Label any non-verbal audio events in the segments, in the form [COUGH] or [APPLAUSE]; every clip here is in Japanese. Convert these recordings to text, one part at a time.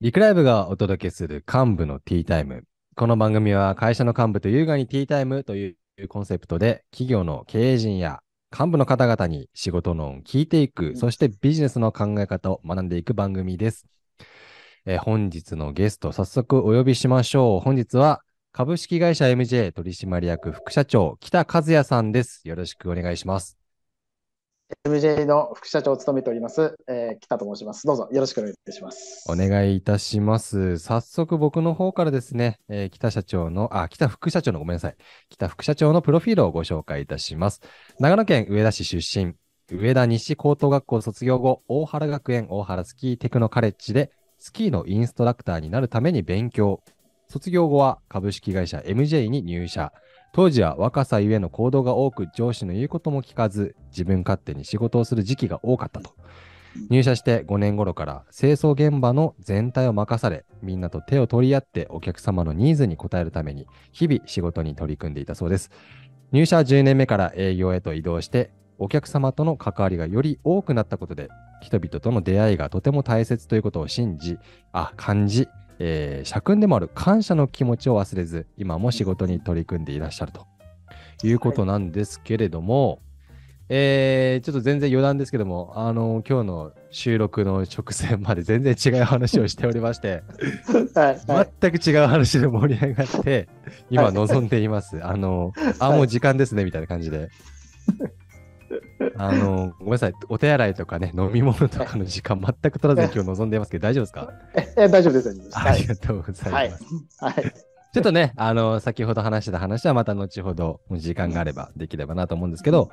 リクライブがお届けする幹部のティータイム。この番組は会社の幹部と優雅にティータイムというコンセプトで企業の経営陣や幹部の方々に仕事論を聞いていく、そしてビジネスの考え方を学んでいく番組です。えー本日のゲスト、早速お呼びしましょう。本日は株式会社 MJ 取締役副社長、北和也さんです。よろしくお願いします。 MJ の副社長を務めております、えー北と申します。どうぞよろしくお願いいたします。お願いいたします。早速僕の方からですね、えー北社長の、あ、北副社長のごめんなさい。北副社長のプロフィールをご紹介いたします。長野県上田市出身、上田西高等学校卒業後、大原学園大原スキーテクノカレッジでスキーのインストラクターになるために勉強。卒業後は株式会社 MJ に入社。当時は若さゆえの行動が多く、上司の言うことも聞かず、自分勝手に仕事をする時期が多かったと。入社して5年頃から清掃現場の全体を任され、みんなと手を取り合ってお客様のニーズに応えるために、日々仕事に取り組んでいたそうです。入社10年目から営業へと移動して、お客様との関わりがより多くなったことで、人々との出会いがとても大切ということを信じ、あ、感じ、えー社訓でもある感謝の気持ちを忘れず、今も仕事に取り組んでいらっしゃるということなんですけれども、えーちょっと全然余談ですけども、あの今日の収録の直前まで全然違う話をしておりまして、はい、 [LAUGHS] はい、全く違う話で盛り上がって、今望んでいます。あの、あ、 [LAUGHS] はいもう時間ですね、みたいな感じで。あの、ごめんなさい、お手洗いとかね、飲み物とかの時間全く取らずに今日望んでいますけど、大丈夫ですかええ大丈夫です。大丈夫であす。はりい、がとうございます。はい、はい、ちょっとね、あの、先ほど話してた話はまた後ほど、もう時間があればできればなと思うんですけど、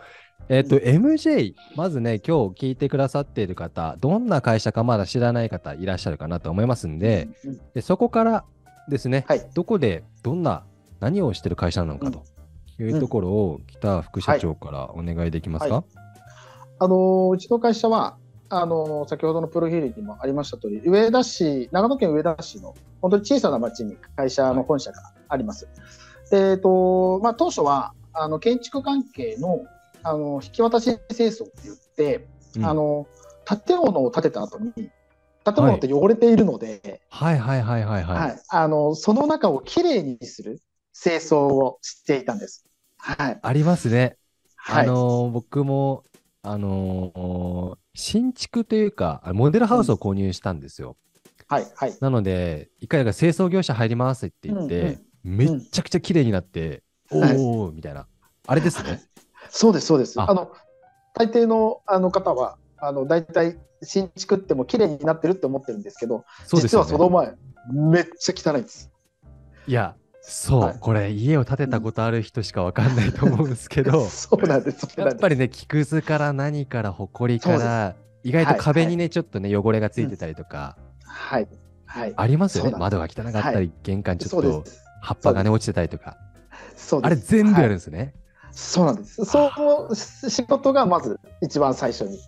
えっ、と、MJ、まずね、今日聞いてくださっている方、どんな会社かまだ知らない方いらっしゃるかなと思いますんで、うんでそこからですね、はいどこで、どんな、何をしてる会社なのかというところを、北副社長からお願いできますか、はあのーうちの会社はあのー先ほどのプロフィールにもありました通り、上田市、長野県上田市の本当に小さな町に会社の本社があります。でえっとまあ、当初はあの建築関係のあの引き渡し清掃って言って、うんあの建物を建てた後に建物って汚れているので、はいはいはいはいはい。はい、あのその中をきれいにする清掃をしていたんです。はい、ありますね。はい、あのー僕も、あのー新築というか、あモデルハウスを購入したんですよ。はい、はい。なので、一回が清掃業者入りますって言って、うんうんめっちゃくちゃ綺麗になって、はいおーみたいな。あれです [LAUGHS] ね。そうです、そうです。ああの大抵のあの方はあの大体新築ってもきれいになってるって思ってるんですけど、そうですよ実はねその前めっちゃ汚いんです。いや、そう、はいこれ家を建てたことある人しかわかんないと思うんですけど、そうなんです。そう [LAUGHS] やなっんですぱりね、木くずから何から、ほこりかそうら、意外とはい壁にね、ちょっとね、汚れがついてたりとか、はい、はい。ありますよね。そうなん窓が汚かったり、は玄関ちょそっうとです。葉っぱがね、落ちてたりとか。そうあれです。全部やはるいんですね。そうなんです。そう仕事がまず一番最初に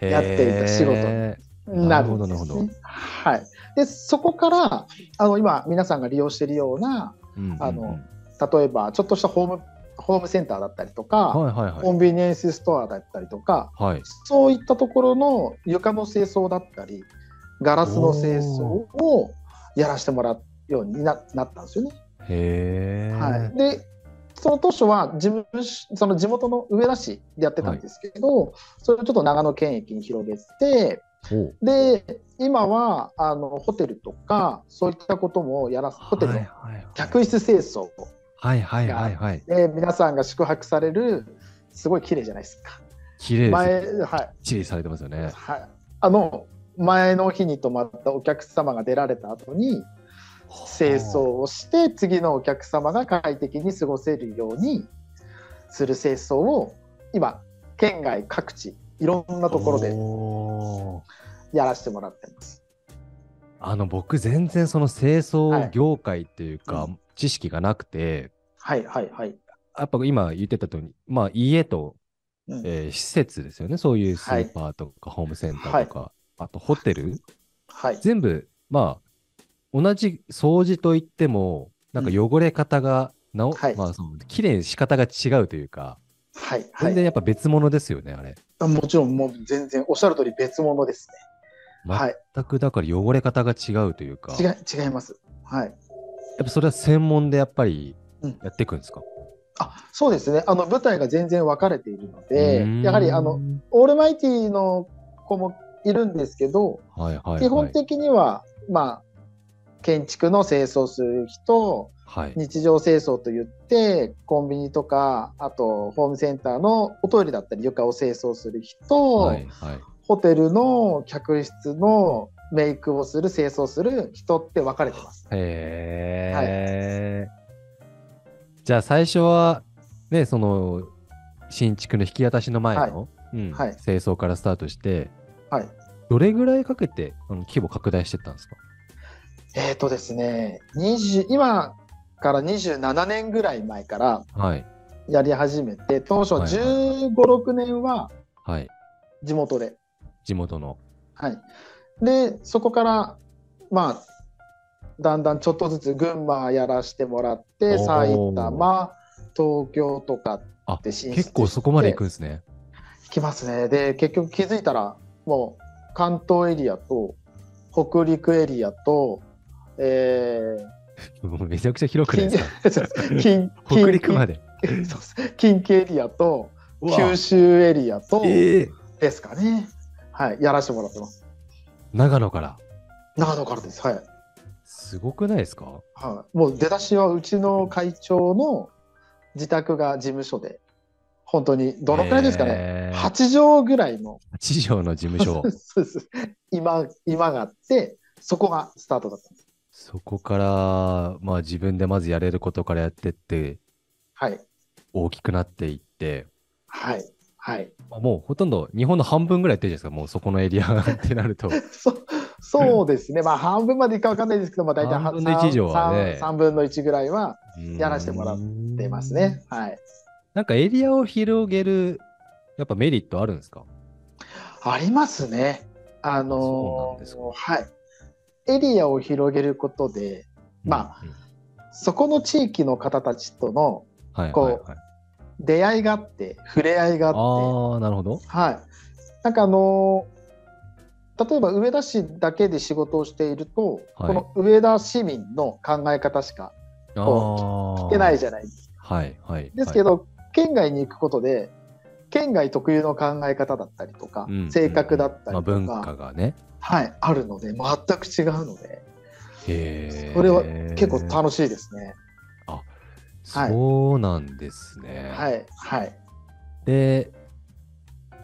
やっていた仕事へなるんですねなるほどなるほどはい。でそこからあの今皆さんが利用しているようなーうんうんうんあの例えばちょっとしたホームホームセンターだったりとか、はいはいコはンビニエンスストアだったりとかい。はい。そういったところの床の清掃だったりガラスの清掃をやらせてもらうようにななったんですよね。へえ。はい、でその当初は自分その地元の上田市でやってたんですけど、それをちょっと長野県域に広げておうで今はあのホテルとかそういったこともやらすホテルはいのはいはい客室清掃をはいはいはいはい。で皆さんが宿泊されるすごい綺麗じゃないですか。綺麗前です。はいきっちりされてますよね。はい、あの前の日に泊まったお客様が出られた後に清掃をして次のお客様が快適に過ごせるようにする清掃を今県外各地いろんなところでおーやらせてもらってます。あの僕全然その清は掃い業界っていうか、う知識がなくてはいはいはい。やっぱ今言ってた通りまあ家と、うんえー施設ですよねそういうスーパーとかホームセンターとか、あとホテルはい、全部まあ同じ掃除といってもなんかうん汚れ方がなお、はいまあその綺麗に仕方が違うというかはい、は全然いやっぱ別物ですよね、あれ。あ。もちろんもう全然おっしゃる通り別物ですね。はい。全くだから汚れ方が違うというか、違やっい、違います。はい。ぱそれは専門でやっぱりうんやっていくんですか、あ、そうですね。あの、舞台が全然分かれているのでうーん、やはり、あの、、オールマイティの子もいるんですけど、はいはいはい、基本的には、まあ、建築の清掃する人、はい、日常清掃と言って、コンビニとか、あとホームセンターのおトイレだったり床を清掃する人、はいはい、ホテルの客室のメイクをする、清掃する人って分かれてます。へえ、じゃあ最初はねその新築の引き渡しの前の、うんはい清掃からスタートしてはい。どれぐらいかけてあの規模拡大してったんですかえっ、とですね、20今から27年ぐらい前からはいやり始めて、当初はいはい15、6年ははい地元で。地元のはい。で、そこから、まあ、だんだんちょっとずつ群馬やらしてもらっおて、ー埼玉、東京とかあで進出結構そこまで行くんしてですねきますね。で、結局気づいたら、もう関東エリアと北陸エリアと、えも [LAUGHS] うめちゃくちゃ広ー、くない近ですか [LAUGHS] 近北陸まで近 [LAUGHS] そうです近畿エリアとうわ九州エリアとええですかね、はい、やらせてもらってます。長野から長野からです。はい。すごくないですかはい、もう出だしはうちの会長の自宅が事務所で本当にどのくらいですかね、ね8畳ぐらいの [LAUGHS] 八畳の事務所そうです今今があってそこがスタートだったんですそこからまあ自分でまずやれることからやってってはい大きくなっていって、はいはいまあもうほとんど日本の半分ぐらいやってるじゃないですか、もうそこのエリア [LAUGHS] ってなると。そそうですねまあ半分までいくかわかんないですけど、まあ、大体半分の一以上はね3分の1ぐらいはやらせてもらっっ出ますね。はいなんかエリアを広げる、やっぱメリットあるんですかありますねあのーそうはいエリアを広げることでまあ、うんうんそこの地域の方たちとのはいこうはいはい。出会いがあって触れ合いがあってああ、なるほど。はいなんかあのー例えば上田市だけで仕事をしていると、はいこの上田市民の考え方しかああ。聞けないじじゃないですゃかん。はいはい。ですけはい、ど、県外に行くことで県外特有の考え方だったりとか、うん性格だったりまあ、とか、文化がね。はい、あるので全く違うのでへえ。それは結構楽しいですね。はいそうなんですね。はい、はい、で、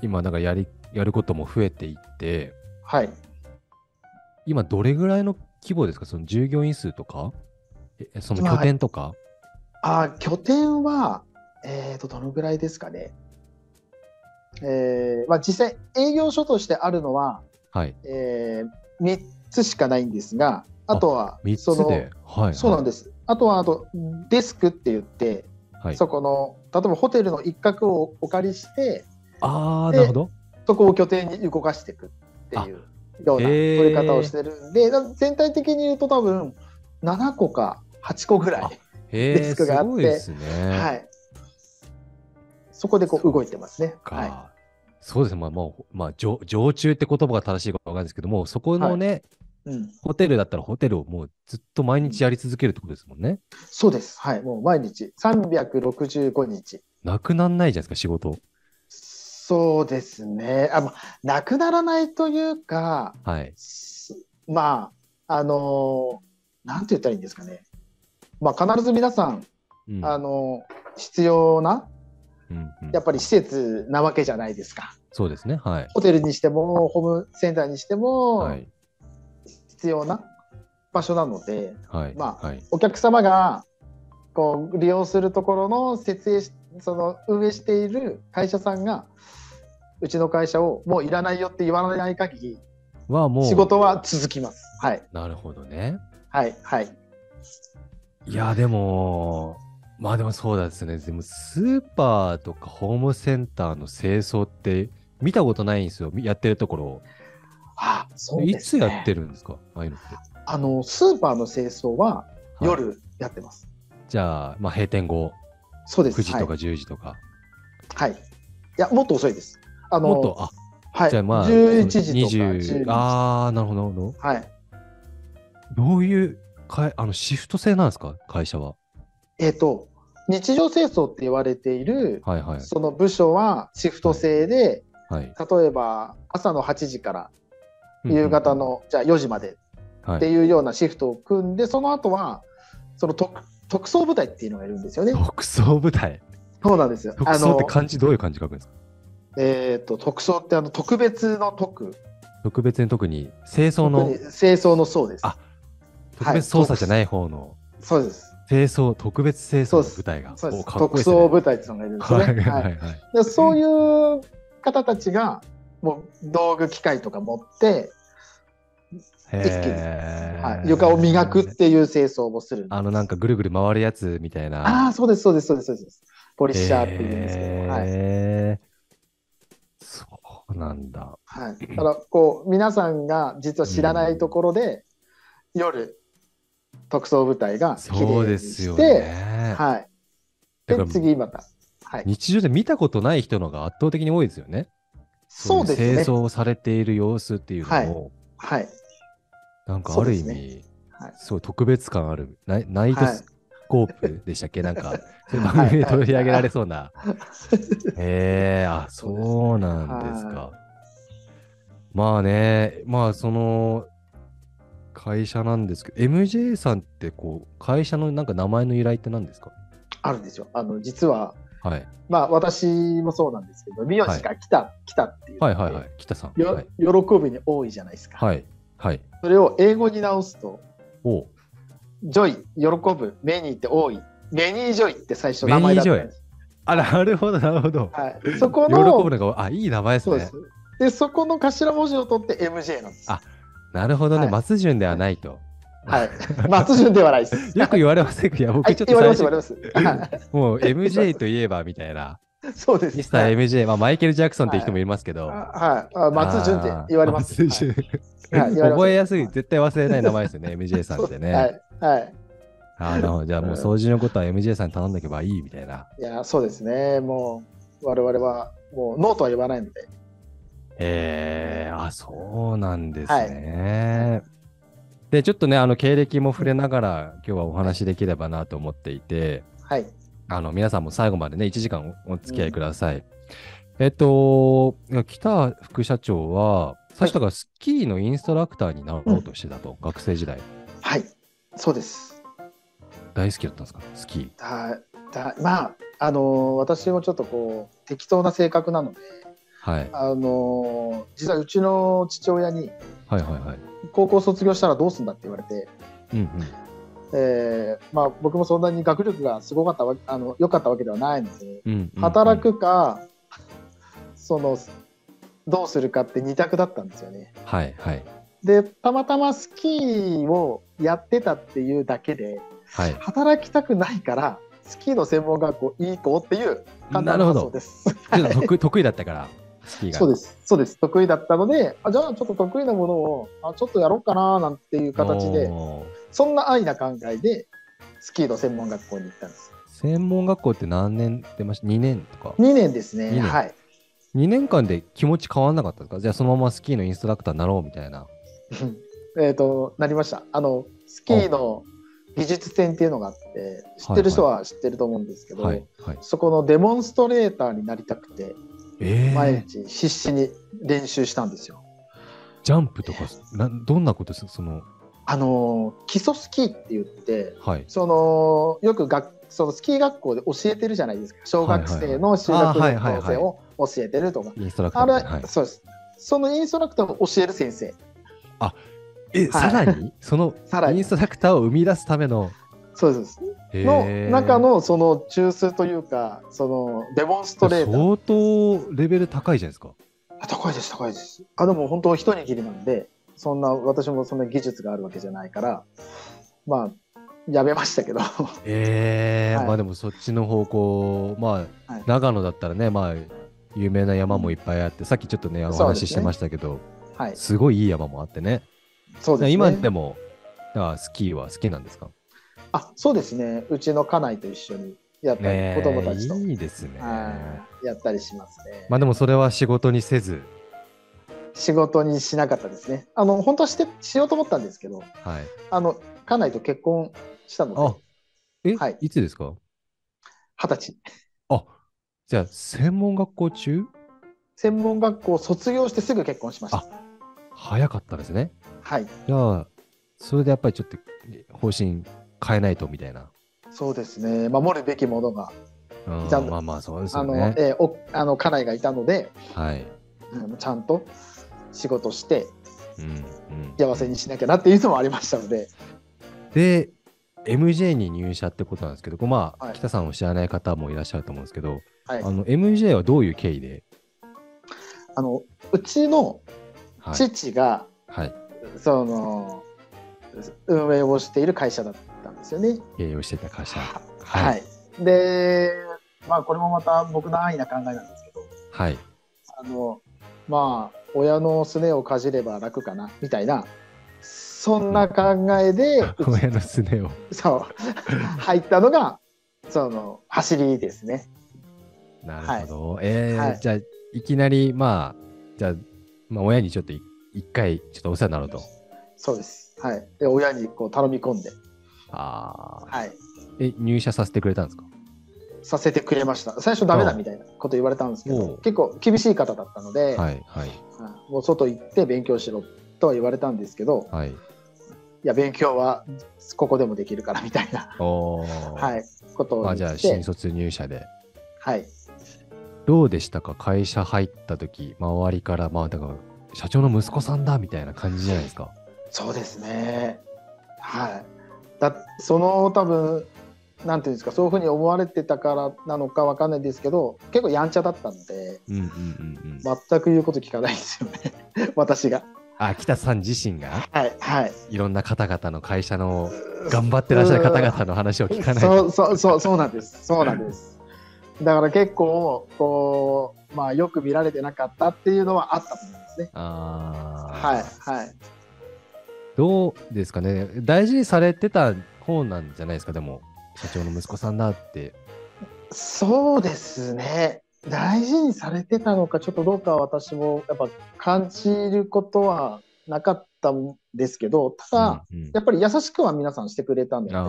今なんかやり、やることも増えていって、はい今どれぐらいの規模ですかその従業員数とかえそのまあ拠点とか、あ拠点は、えー、とどのぐらいですかね、えーまあ、実際営業所としてあるのは、はい、え3つしかないんですがあとは三そ3つので、はいはい、そうなんでですあとはあとデスクって言って、す、はい、そこの例えばホテルの一角をお借りしてああでなるほどそこを拠点に動かしていくっていうようなへー取り方をしてるんで、だ全体的に言うと多分7個か8個ぐらいあ。へえデすスクがあってごいですねはい。そこでこう動いてますね。か、はそうですねまあもう、まあ、常常駐って言葉が正しいかわかんないですけどもそこのね、い。うん。ホテルだったらホテルをもうずっと毎日やり続けるってことですもんねそうです。はい。もう毎日365日。なくなんないじゃないですか仕事そうですね。あ、まあ、なくならないというか、はいすまああのーなんて言ったらいいんですかね。まあ必ず皆さん、うんあのー必要なうんうんやっぱり施設なわけじゃないですか。そうですねはいホテルにしてもホームセンターにしても、はい必要な場所なので。はい、まあはいお客様がこう利用するところの設営しその運営している会社さんがうちの会社をもういらないよって言わない限りはもう仕事は続きます。はいなるほどねはいはいいや、でも、まあでもそうですね。でも、スーパーとかホームセンターの清掃って見たことないんですよ。みやってるところ。あそういです、つね、やってるんですかああいうのって。あのスーパーの清掃ははい夜やってます。じゃあ、まあ閉店後、そうです。 9時とかはい、 10時とか。はい、いやもっと遅いです。あのもっと、あ、はい。じゃあまあ、 11時とか12 20時。ああ、なるほど、なるほど。はい。どういうかいあのシフト制なんですか、会社は。えっ、と、日常清掃って言われている、はいはい。その部署はシフト制で、はい、例えば朝の8時から夕方の、じゃあ4時までうんうん、っていうようなシフトを組んで、その後はその特特捜部隊っていうのがいるんですよねはい。特捜部隊。そうなんですよ。特あ捜っのて漢字どういう漢字書くんですかえっ、と特捜ってあの特別の特、特別に特に清掃特のに清掃のそうですあ。特別捜査じゃない方のそうです。清掃特別清掃の部隊がそうでおす。かっこいいで特すね捜部隊っていうのがいるんですよはね。いははいいはい。でそういう方たちがもう道具機械とか持って、一気にはい、床を磨くっていう清掃をするんですあのなんかぐるぐる回るやつみたいあな。あそうですそうですそうですそうですポリッへーシャーっていうんですけど、はいそうなんだ。はい、だからこう皆さんが実は知らないところで、夜特捜部隊が綺そう麗でにすよして、ね。はい、だかでら次また、はい、日常で見たことない人のが圧倒的に多いですよね。そうですいね清掃されている様子っていうはのいを、はいなんかある意そうです味、はいすごい特別感ある。ナイナイトはいスコープでしたっけ、なん [LAUGHS] か、そういう番組で取り上げられそうな。へえあ、そうですねそうなんですかは。まあね、まあその、会社なんですけど、MJ さんってこう、会社のなんか名前の由来って何ですかあるんですよあの実ははい。まあ私もそうなんですけど美容師が来た、来たっていうはいはいはい。北さん。よはい。喜びに多いじゃないですか、はい。はい。それを英語に直すとおうジョイ、喜ぶ、メニーって多い。メニージョイって最初名前だったんです。あ、なるほど、なるほど。はい、そこ喜ぶの、のが、あ、いい名前ですそうね。です。で、そこの頭文字を取って MJ なんです。あなるほどね、はい松潤ではないと。はい。松潤ではないです。よく言われませんかいや、は [LAUGHS] 僕い、ちょっ言とわれ最ます、初言われます。はもう MJ といえばみたいな、 [LAUGHS] いそうです。ミスター MJ、まあ、マイケル・ジャクソンっていう人もいますけど、はいあ。松潤って言われます。あー松潤、はいはい言われます覚えやすい、絶対忘れない名前ですよね、MJ さん [LAUGHS] ってね。はい。はい。はいあのじゃあもう掃除のことは MJ さんに頼んでけばいいみたいな。いや、そうですね。もう、我々は、もう、ノーとは言わないので。えー、あ、そうなんですね。で、ちょっとね、あの経歴も触れながら、今日はお話できればなと思っていて、はい。あの、皆さんも最後までね、1時間おお付き合いください。えっと、北副社長は、最初だからスキーのインストラクターになろうとしてたと、学生時代。はい。そうです。大好きだったんですかスキー。だだまあ、あの私もちょっとこう、適当な性格なので、はい。あのー実はうちの父親にはいはいはい。高校卒業したらどうすんだって言われて、うんうん。えーまあ、僕もそんなに学力がすごかったわあの良かったわけではないのでうんうんうん働。くか、そのどうするかって二択だったんですよね。はいはい。でたまたまスキーをやってたっていうだけではい。働きたくないからスキーの専門学校いい子っていう簡なる単なほ発想どで。す。ちょっと [LAUGHS] 得得意だったから、スキーが。そうです、そうです、得意だったので、あじゃあちょっと得意なものをあ、ちょっとやろうかななんていう形で、おーそんな安易な考えで、スキーの専門学校に行ったんです。専門学校って何年出ました ?2 年とか。 2年ですね、二年はい。 [LAUGHS] 2年間で気持ち変わんなかったですかじゃあそのままスキーのインストラクターになろうみたいな。えっと、なりました。あの、スキーの技術展っていうのがあって、知ってる人は知ってると思うんですけど、はい。はい。そこのデモンストレーターになりたくて、えー毎日必死に練習したんですよ。ジャンプとか、などんなことですかその、あのー、基礎スキーって言って、はい。そのよく学そのスキー学校で教えてるじゃないですか小学生の修学はい旅はいはいあーはいはい行はい生を教えてるとかインストラクタあーれ、みたいなはい、そうですそのインストラクターを教える先生え、さらに、そのさらイにンストラクターを生み出すための、そうですの中のその中枢というかそのデモンスストトレレーータターー相当レベル高いじゃないですか。あ高いです高いですあでも本当一握りなんでそんな私もそんな技術があるわけじゃないからまあやめましたけど [LAUGHS] はえーはいまあでもそっちの方向、まあ、はい長野だったらね、まあ、有名な山もいっぱいあって、さっきちょっとね、あのおそうです話しねしてましたけど、いすごいいい山もあってね。そうですね今でも、あスキーは好きなんですかあそうですねうちの家内と一緒にやったりね子供たちといいですね。はいやったりしますね。まあでもそれは仕事にせず、仕事にしなかったですね。あの本当はしてしようと思ったんですけど、はい。あの家内と結婚したのあで、、え、はいい、つですか二十歳。あ、じゃあ、専門学校中専門学校を卒業してすぐ結婚しました。早かったですね。はい、じゃあ、それでやっぱりちょっと方針変えないとみたいな。そうですね。守るべきものが、うんじゃあまあまあ、そうですあよの、ね。えーおあの家内がいたので、はい。うんちゃんと仕事してうんうん、幸せにしなきゃなっていうのもありましたので、で、MJ に入社ってことなんですけど、こうまあ、はい北さんを知らない方もいらっしゃると思うんですけど、はい、あの MJ はどういう経緯で、あのうちのはい父が、はい、その運営をしている会社だったんですよね。経営をしてた会社。ははいい、で、まあ、これもまた僕の安易な考えなんですけどはい。あのまあ親のすねをかじれば楽かなみたいなそんな考え [LAUGHS] でう親のすねを。ちそう入ったのがその走りですね。なるほど。えーはいじゃあ、いきなり、まあ、じゃあ、まあ、親にちょっとい一回、ちょっとお世話になろうと。そうです、はい、で親にこう頼み込んで、ああ。はい、え、入社させてくれたんですかさせてくれました最初ダメだみたいなこと言われたんですけおどう結構厳しい方だったのはで、い、はい、はいもう外行って勉強しろとは言われたんですけどはい。いや勉強はここでもできるからみたいな、お。はいい、ことをま言あ、っじゃあ、て新、卒入社で。はい、どうでしたか会社入った時周りから、まあ、だから、社長の息子さんだみたいな感じじゃないですか。そうですねはいだその多分なんていうんですかそういうふうに思われてたからなのかわかんないですけど結構やんちゃだったのでうんうんうんうん。全く言うこと聞かないんですよね [LAUGHS] 私があ、北さん自身が、はいはいいろんな方々の会社の、頑張ってらっしゃる方々の話を聞かないそと。うそうそうそうなんですそうなんですだから結構こうまあよく見られてなかったっていうのはあったと思うんですねああ。はいはいどうですかね大事にされてた方なんじゃないですかでも社長の息子さんだってそうですね大事にされてたのかちょっとどうかは私もやっぱ感じることはなかったんですけどただ、うんうんやっぱり優しくは皆さんしてくれたのであ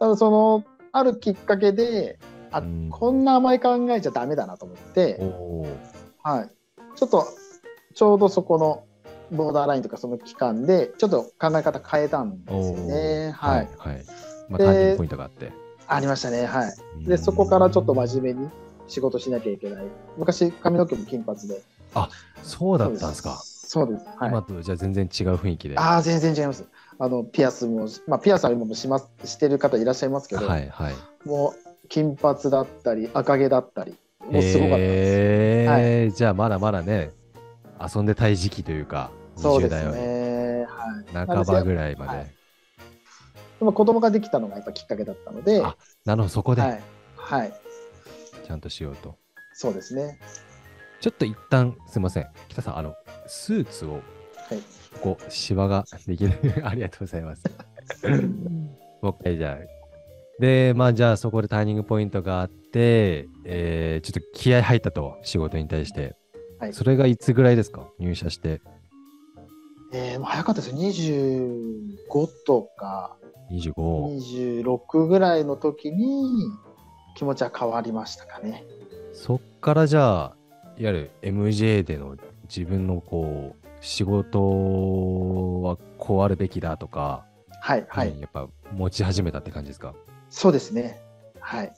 ただそのあるきっかけであ、うんこんな甘い考えじゃダメだなと思ってーおーはい、ちょっとちょうどそこのボーダーラインとかその期間でちょっと考え方変えたんですよおね。はい、はい、はいまあ、でターニングポイントがあってありましたね。はい、うでんそこからちょっと真面目に仕事しなきゃいけない。昔髪の毛も金髪で。そうだったんですかそうです。そうですはい今。とじゃあ全然違う雰囲気でああ全然違います。あのピアスもまあピアスは今もしますしてる方いらっしゃいますけど、はいはいもう金髪だったり赤毛だったりもうすごかったです。へーじゃあまだまだね遊んでたい時期というかそう20です代はね。はい。半ばぐらいまではいでも子供ができたのがやっぱきっかけだったので、あはなるほどそこでいはいちゃんとしようと、そうですね。ちょっと一旦すいません北さんあのスーツをはい。 [LAUGHS] ここ、シワができる。 [LAUGHS] ありがとうございます。もう一回じゃあ。で、まあじゃあそこでターニングポイントがあって、えーちょっと気合入ったと、仕事に対して。はいそれがいつぐらいですか入社して。えー、もう早かったですよ。25とか25。 26ぐらいの時に気持ちは変わりましたかね。そっからじゃあ、いわゆる MJ での自分のこう、仕事はこうあるべきだとか、はい、はい、やっぱ持ち始めたって感じですかそうですね。はい。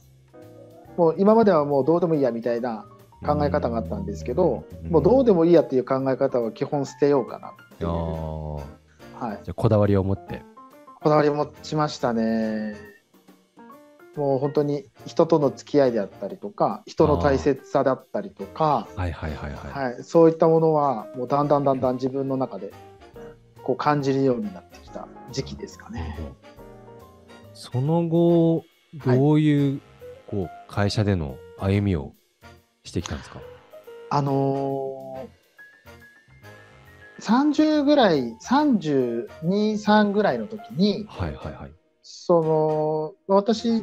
もう今まではもうどうでもいいやみたいな考え方があったんですけど、もうどうでももいいやっていう考え方は基本捨てようかなっていう、はじゃあこだわりを持って。い、こだわり持ちましたね。もう本当に人との付き合いであったりとか、人の大切さだったりとか、はいはいはいはい。はい、そういったものはもうだんだんだんだん自分の中でこう感じるようになってきた時期ですかね。その後、はいどういうこう会社での歩みをしてきたんですか、あのー、30ぐらい32、3ぐらいの時にはい、はいはいその私ち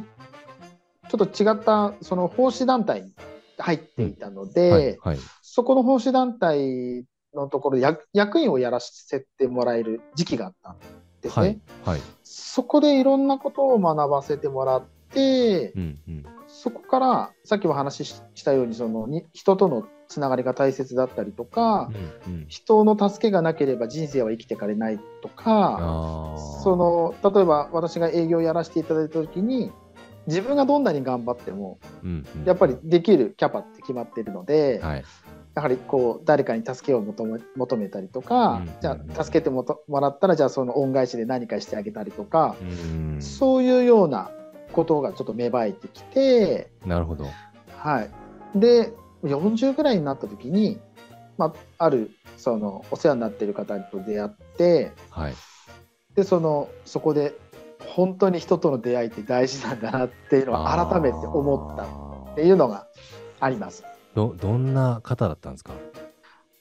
ょっと違ったその奉仕団体に入っていたので、はいはい。そこの奉仕団体のところで役役員をやらせてもらえる時期があったんですね。はい。はい。そこでいろんなことを学ばせてもらって、うんうん。そこからさっきお話ししたようにそのに人とのつながりが大切だったりとか、うんうん。人の助けがなければ人生は生きていかれないとかああ。そ。の例えば私が営業をやらせていただいた時に自分がどんなに頑張ってもうん、うん。やっぱり。できるキャパって決まってるので、はい。やはりこう誰かに助けを求め求めたりとか、うんじゃあ助けてもともらったらじゃあその恩返しで何かしてあげたりとか、うん。そういうようなことがちょっと芽生えてきて、なるほど。はい、で40ぐらいになった時に、まあ、あるそのお世話になってる方と出会ってはい。でそのそこで本当に人との出会いって大事なんだなっていうのは改めて思ったっっていうのがあります。ど、どんな方だったんですか。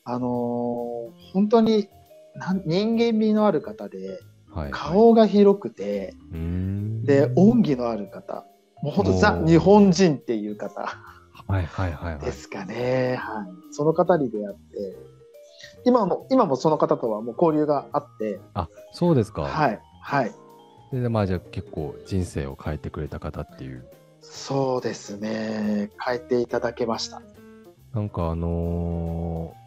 あのー本当になん人間味のある方ではい。顔が広くてうーん。で恩義のある方もう本お当ーザ日本人っていう方はいはいはいはいで。すかね、はい、その方に出会って今も今もその方とはもう交流があってあ、そうですか。はいはいで、まあ、じゃ、あ結構人生を変えてくれた方っていう。そうですね変えていただけましたなんか、あのー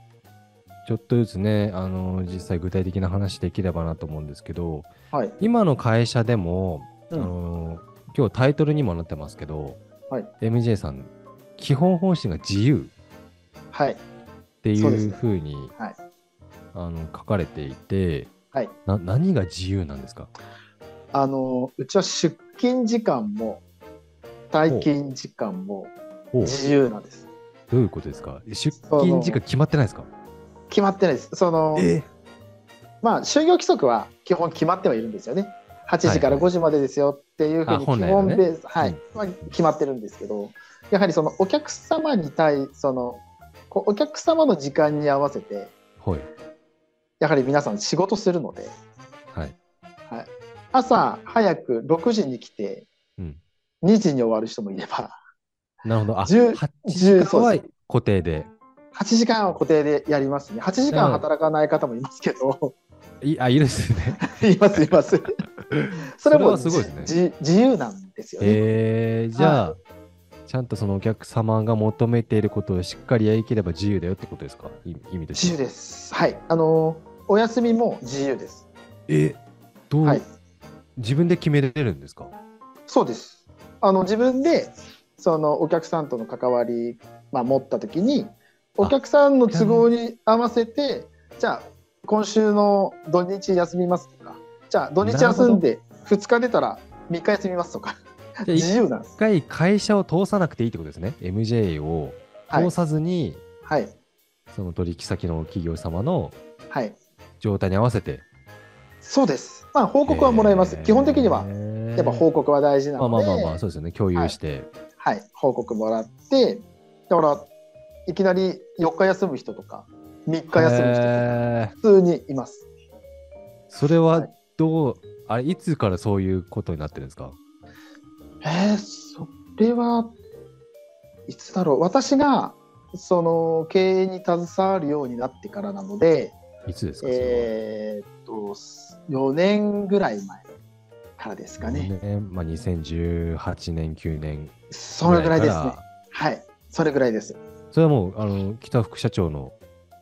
ちょっとずつね、あのー実際具体的な話できればなと思うんですけど、はい今の会社でも、うあんのー今日タイトルにもなってますけど、はい MJ さん基本方針が自由はいっていそうですうねふうにはいあの書かれていてはいな何が自由なんですかあのうちは出勤時間も退勤時間もおう自由なんですどういうことですか出勤時間決まってないですか決まってないですそのえまあ就業規則は基本決まってはいるんですよね8時かはらいは5い時までですよっていうふうあに基本来は本ベねース、はいうんまあ、決まってるんですけどやはりそのお客様に対そのこうお客様の時間に合わせてはいやはり皆さん仕事するのではい朝早く6時に来てうん2時に終わる人もいればなるほどあ10 8時間そうはです固定で8時間は固定でやりますね8時間働かない方もいますけ [LAUGHS] どいあいいですねいますいます [LAUGHS] それはもうそれはすごいですねじ自由なんですよね、えー、じゃあ、ちゃんとそのお客様が求めていることをしっかりやりきれば自由だよってことですか意意味として自由はです。はい。あのお休みも自由です。えどう、はい。自分で決めれるんですかそうです。あの自分でそのお客さんとの関わりまあ持った時にお客さんの都合に合わせてじゃあ今週の土日休みますとかじゃあ土日休んで2日出たら3日休みますとかじゃあ自一由なんです。回会社を通さなくていいってことですね MJ をはい通さずに、はいその取引先の企業様のはい。状態に合わせてそうです。まあ報告はもらえます。基本的にはやっぱ報告告は大事なまあのまあで。まあまあそうですよね共有して、はい、報告もらって、だから、いきなり4日休む人とか、3日休む人とか、へー普通にいます。それははいどう、あれいつからそういうことになってるんですかえー、それはいつだろう、私がその経営に携わるようになってからなので、いつですかそれはえーっと、4年ぐらい前からですかね。ねまあ、2018年、9年それぐらいですかね。はい、それぐらいです。それはもうあの北副社長の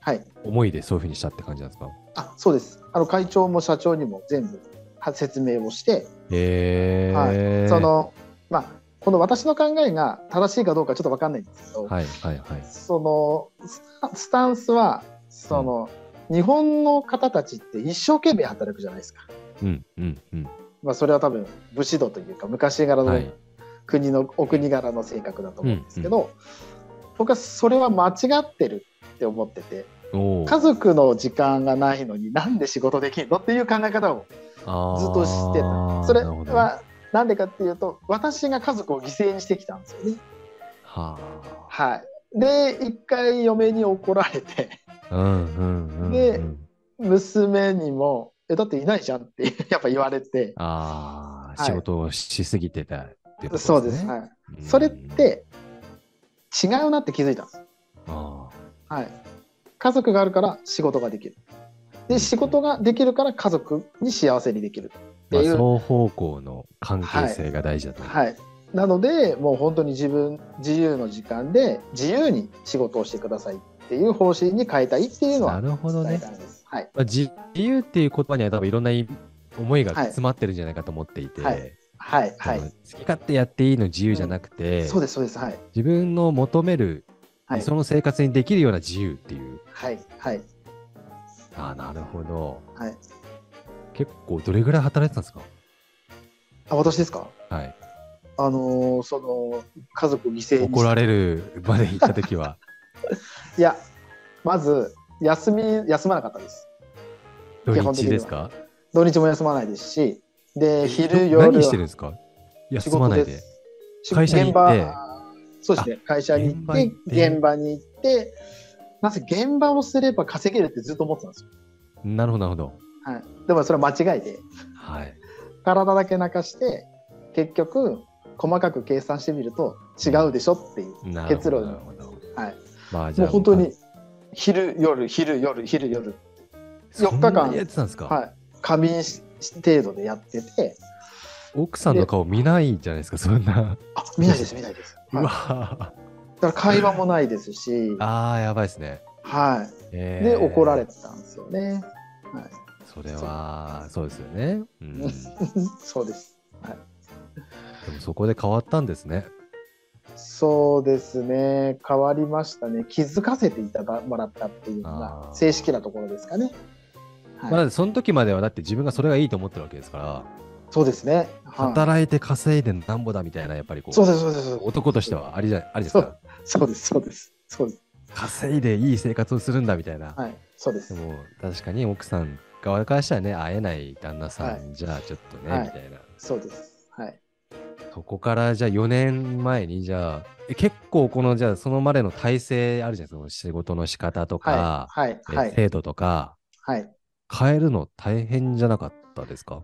はい、思いでそういうふうにしたって感じなんですかあそうですあの会長も社長にも全部は説明をして、へえーそのまあこの私の考えが正しいかどうかちょっと分かんないんですけど、はいはいはい。そのスタスタンスはその、日本の方たちって一生懸命働くじゃないですか、うんうんうん。まあ、それは多分武士道というか昔柄はのい。国の、お国柄の性格だと思うんですけど、僕はそれは間違ってるって思っててお家族の時間がないのになんで仕事できんのっていう考え方をずずっと知ってたそれはなんでかっていうと私が家族を犠牲にしてきたんですよね。ははい、で一回嫁に怒られて [LAUGHS] あ。うんうんうん、うん。で娘にも「えだっていないじゃん」って [LAUGHS] やっぱ言われてああ、はい仕事をしすぎてたってことですね。そうです、はいうんそれっ、て違うなって気づいたんです、あはい、家族があるから仕事ができる。で、仕事ができるから家族に幸せにできるってまあ、いう。双方向の関係性が大事だと思う。はい。なので、もう本当に自分、自由の時間で自由に仕事をしてくださいっていう方針に変えたいっていうのはなるほどね伝えたんです。はい。まあ、自自由っていう言葉には多分いろんな意味思いが詰まってるんじゃないかと思っていて、はいはい。そはのい。好き勝手やっていいの自由じゃなくて、そうです、そうです。はい。自分の求める、はい。その生活にできるような自由っていう。はい。はい。ああ、なるほど。はい。結構どれぐらい働いてたんですかあ、私ですかはい。あのーその、家族犠牲に怒られるまで行った時 [LAUGHS] は、いや、まず、休み、休まなかったです。土基本的日にではすか土日も休まないですし、で、昼、ど夜は何してるんですか休まないで。。仕事会社に行って現場そうですね、会社に行っ現、場て行って現場に行って、なぜ現場をすれば稼げるってずっと思ってたんですよ。なるほど、なるほど。はい、でもそれは間違いで、はい。体だけ泣かして、結局、細かく計算してみると違うでしょっていう。なるほ結ど。論なるほどはい、まあ、じゃもうあ、本当に、昼、夜、昼、夜、昼、夜。そんな4日間やってたんですか、はい。仮眠し程度でやってて、奥さんの顔見ないじゃないですか、そんな。あ、見ないです、見ないです。うはい、わだから会話もないですし、ああ、やばいですね。はえい。ーで、怒られてたんですよね。はい。それは、そうですよね。うん、でもそうです。はい。そこで変わったんですね。そうですね。変わりましたね。気づかせていただもらったっていうのがあー正式なところですかね。はまあ、いだってその時までは、だって自分がそれがいいと思ってるわけですから、そうですね。は働いて稼いでなんぼだみたいな、やっぱりこい。う、そうです。そうです。そうです男としてはありじゃありですか。そうです。そうです。そうです。稼いでいい生活をするんだみたいな。はい。そうですで。も、確かに奥さん側からしたらね、会えない旦那さん、じゃあちょっとね、はいみたいな。そうです。はい。そこからじゃあ4年前にじゃあえ結構このじゃあそのまでの体制あるじゃないですかその仕事の仕方とはか、い。はい。えはい。制度とかはい。変えるの大変じゃなかったですか、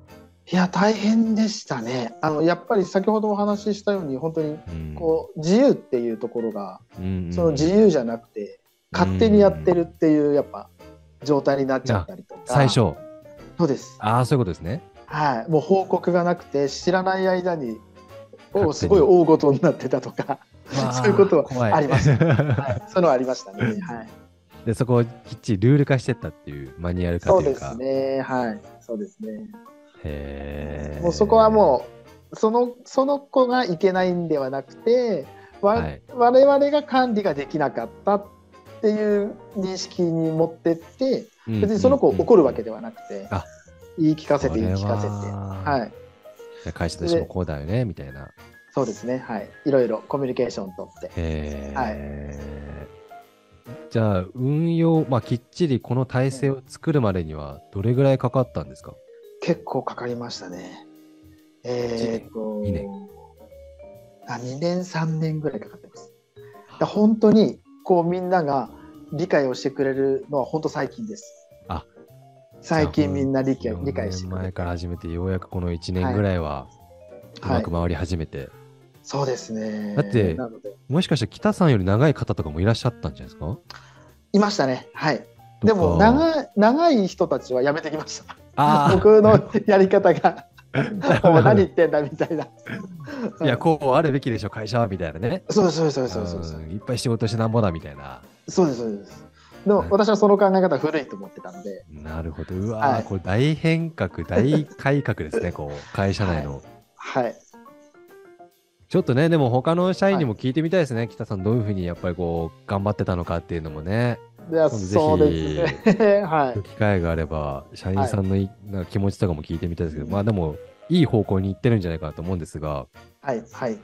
いや、大変でしたね。あの、やっぱり先ほどお話ししたように、本当に。うんこう、自由っていうところが、うんうんうんその自由じゃなくて、勝手にやってるっていう、やっぱ。状態になっちゃったりとか。最。初そうです。ああそういうことです [LAUGHS] ねはい、もう報告がなくて知らない間に勝手におすごい大ごとになってたとか、わあ [LAUGHS] そういうことは怖いありますは、はいそういうのはありましたね。はい、い [LAUGHS] でそこをきっちりルール化してったっていうマニュアル化そとういでうかすね。はい、そうですね。へえもうそこはもうそのその子がいけないんではなくて、わはい我々が管理ができなかったっていう認識に持ってって、う、別にその子を怒るわけでではなくてあ、言い聞かせて言い聞かせて、ははい、い、会社としてもこうだよねみたいなそうですね。はい、いろいろコミュニケーション取って。へはいい、じゃあ運用、まあ、きっちりこの体制を作るまでにはどれぐらいかかったんですか、結構かかりましたね。えー、と二年あ2年3年ぐらいかかってます。だ本当にこうみんなが理解をしてくれるのは本当最近です。あ最近みんな理解4理解し年てくれ前る。から始めてようやくこの1年ぐらいはうはまいく、回り始めて、そうですね。だってなのでもしかしたら北さんより長い方とかもいらっしゃったんじゃないですかいましたね。はい。とかでも長い長い人たちはやめてきました。あー [LAUGHS] 僕のやり方がもう何言ってんだみたいな。いやこうあるべきでしょ会社はみたいなねそうですそうですそうですそうです。うんいっぱい仕事してなんぼだみたいなそうですそうです。でもはい私はその考え方は古いと思ってたので、なるほどうわー、はいこれ大変革大改革ですねこう会社内の、はい、ちょっとね、でも他の社員にも聞いてみたいですね。北さん、どういうふうにやっぱりこう、頑張ってたのかっていうのもね、では今度ぜひそうですね、 [LAUGHS] はい、機会があれば、社員さんのいなんか気持ちとかも聞いてみたいですけど、まあでも、いい方向に行ってるんじゃないかなと思うんですが、はい、はい。や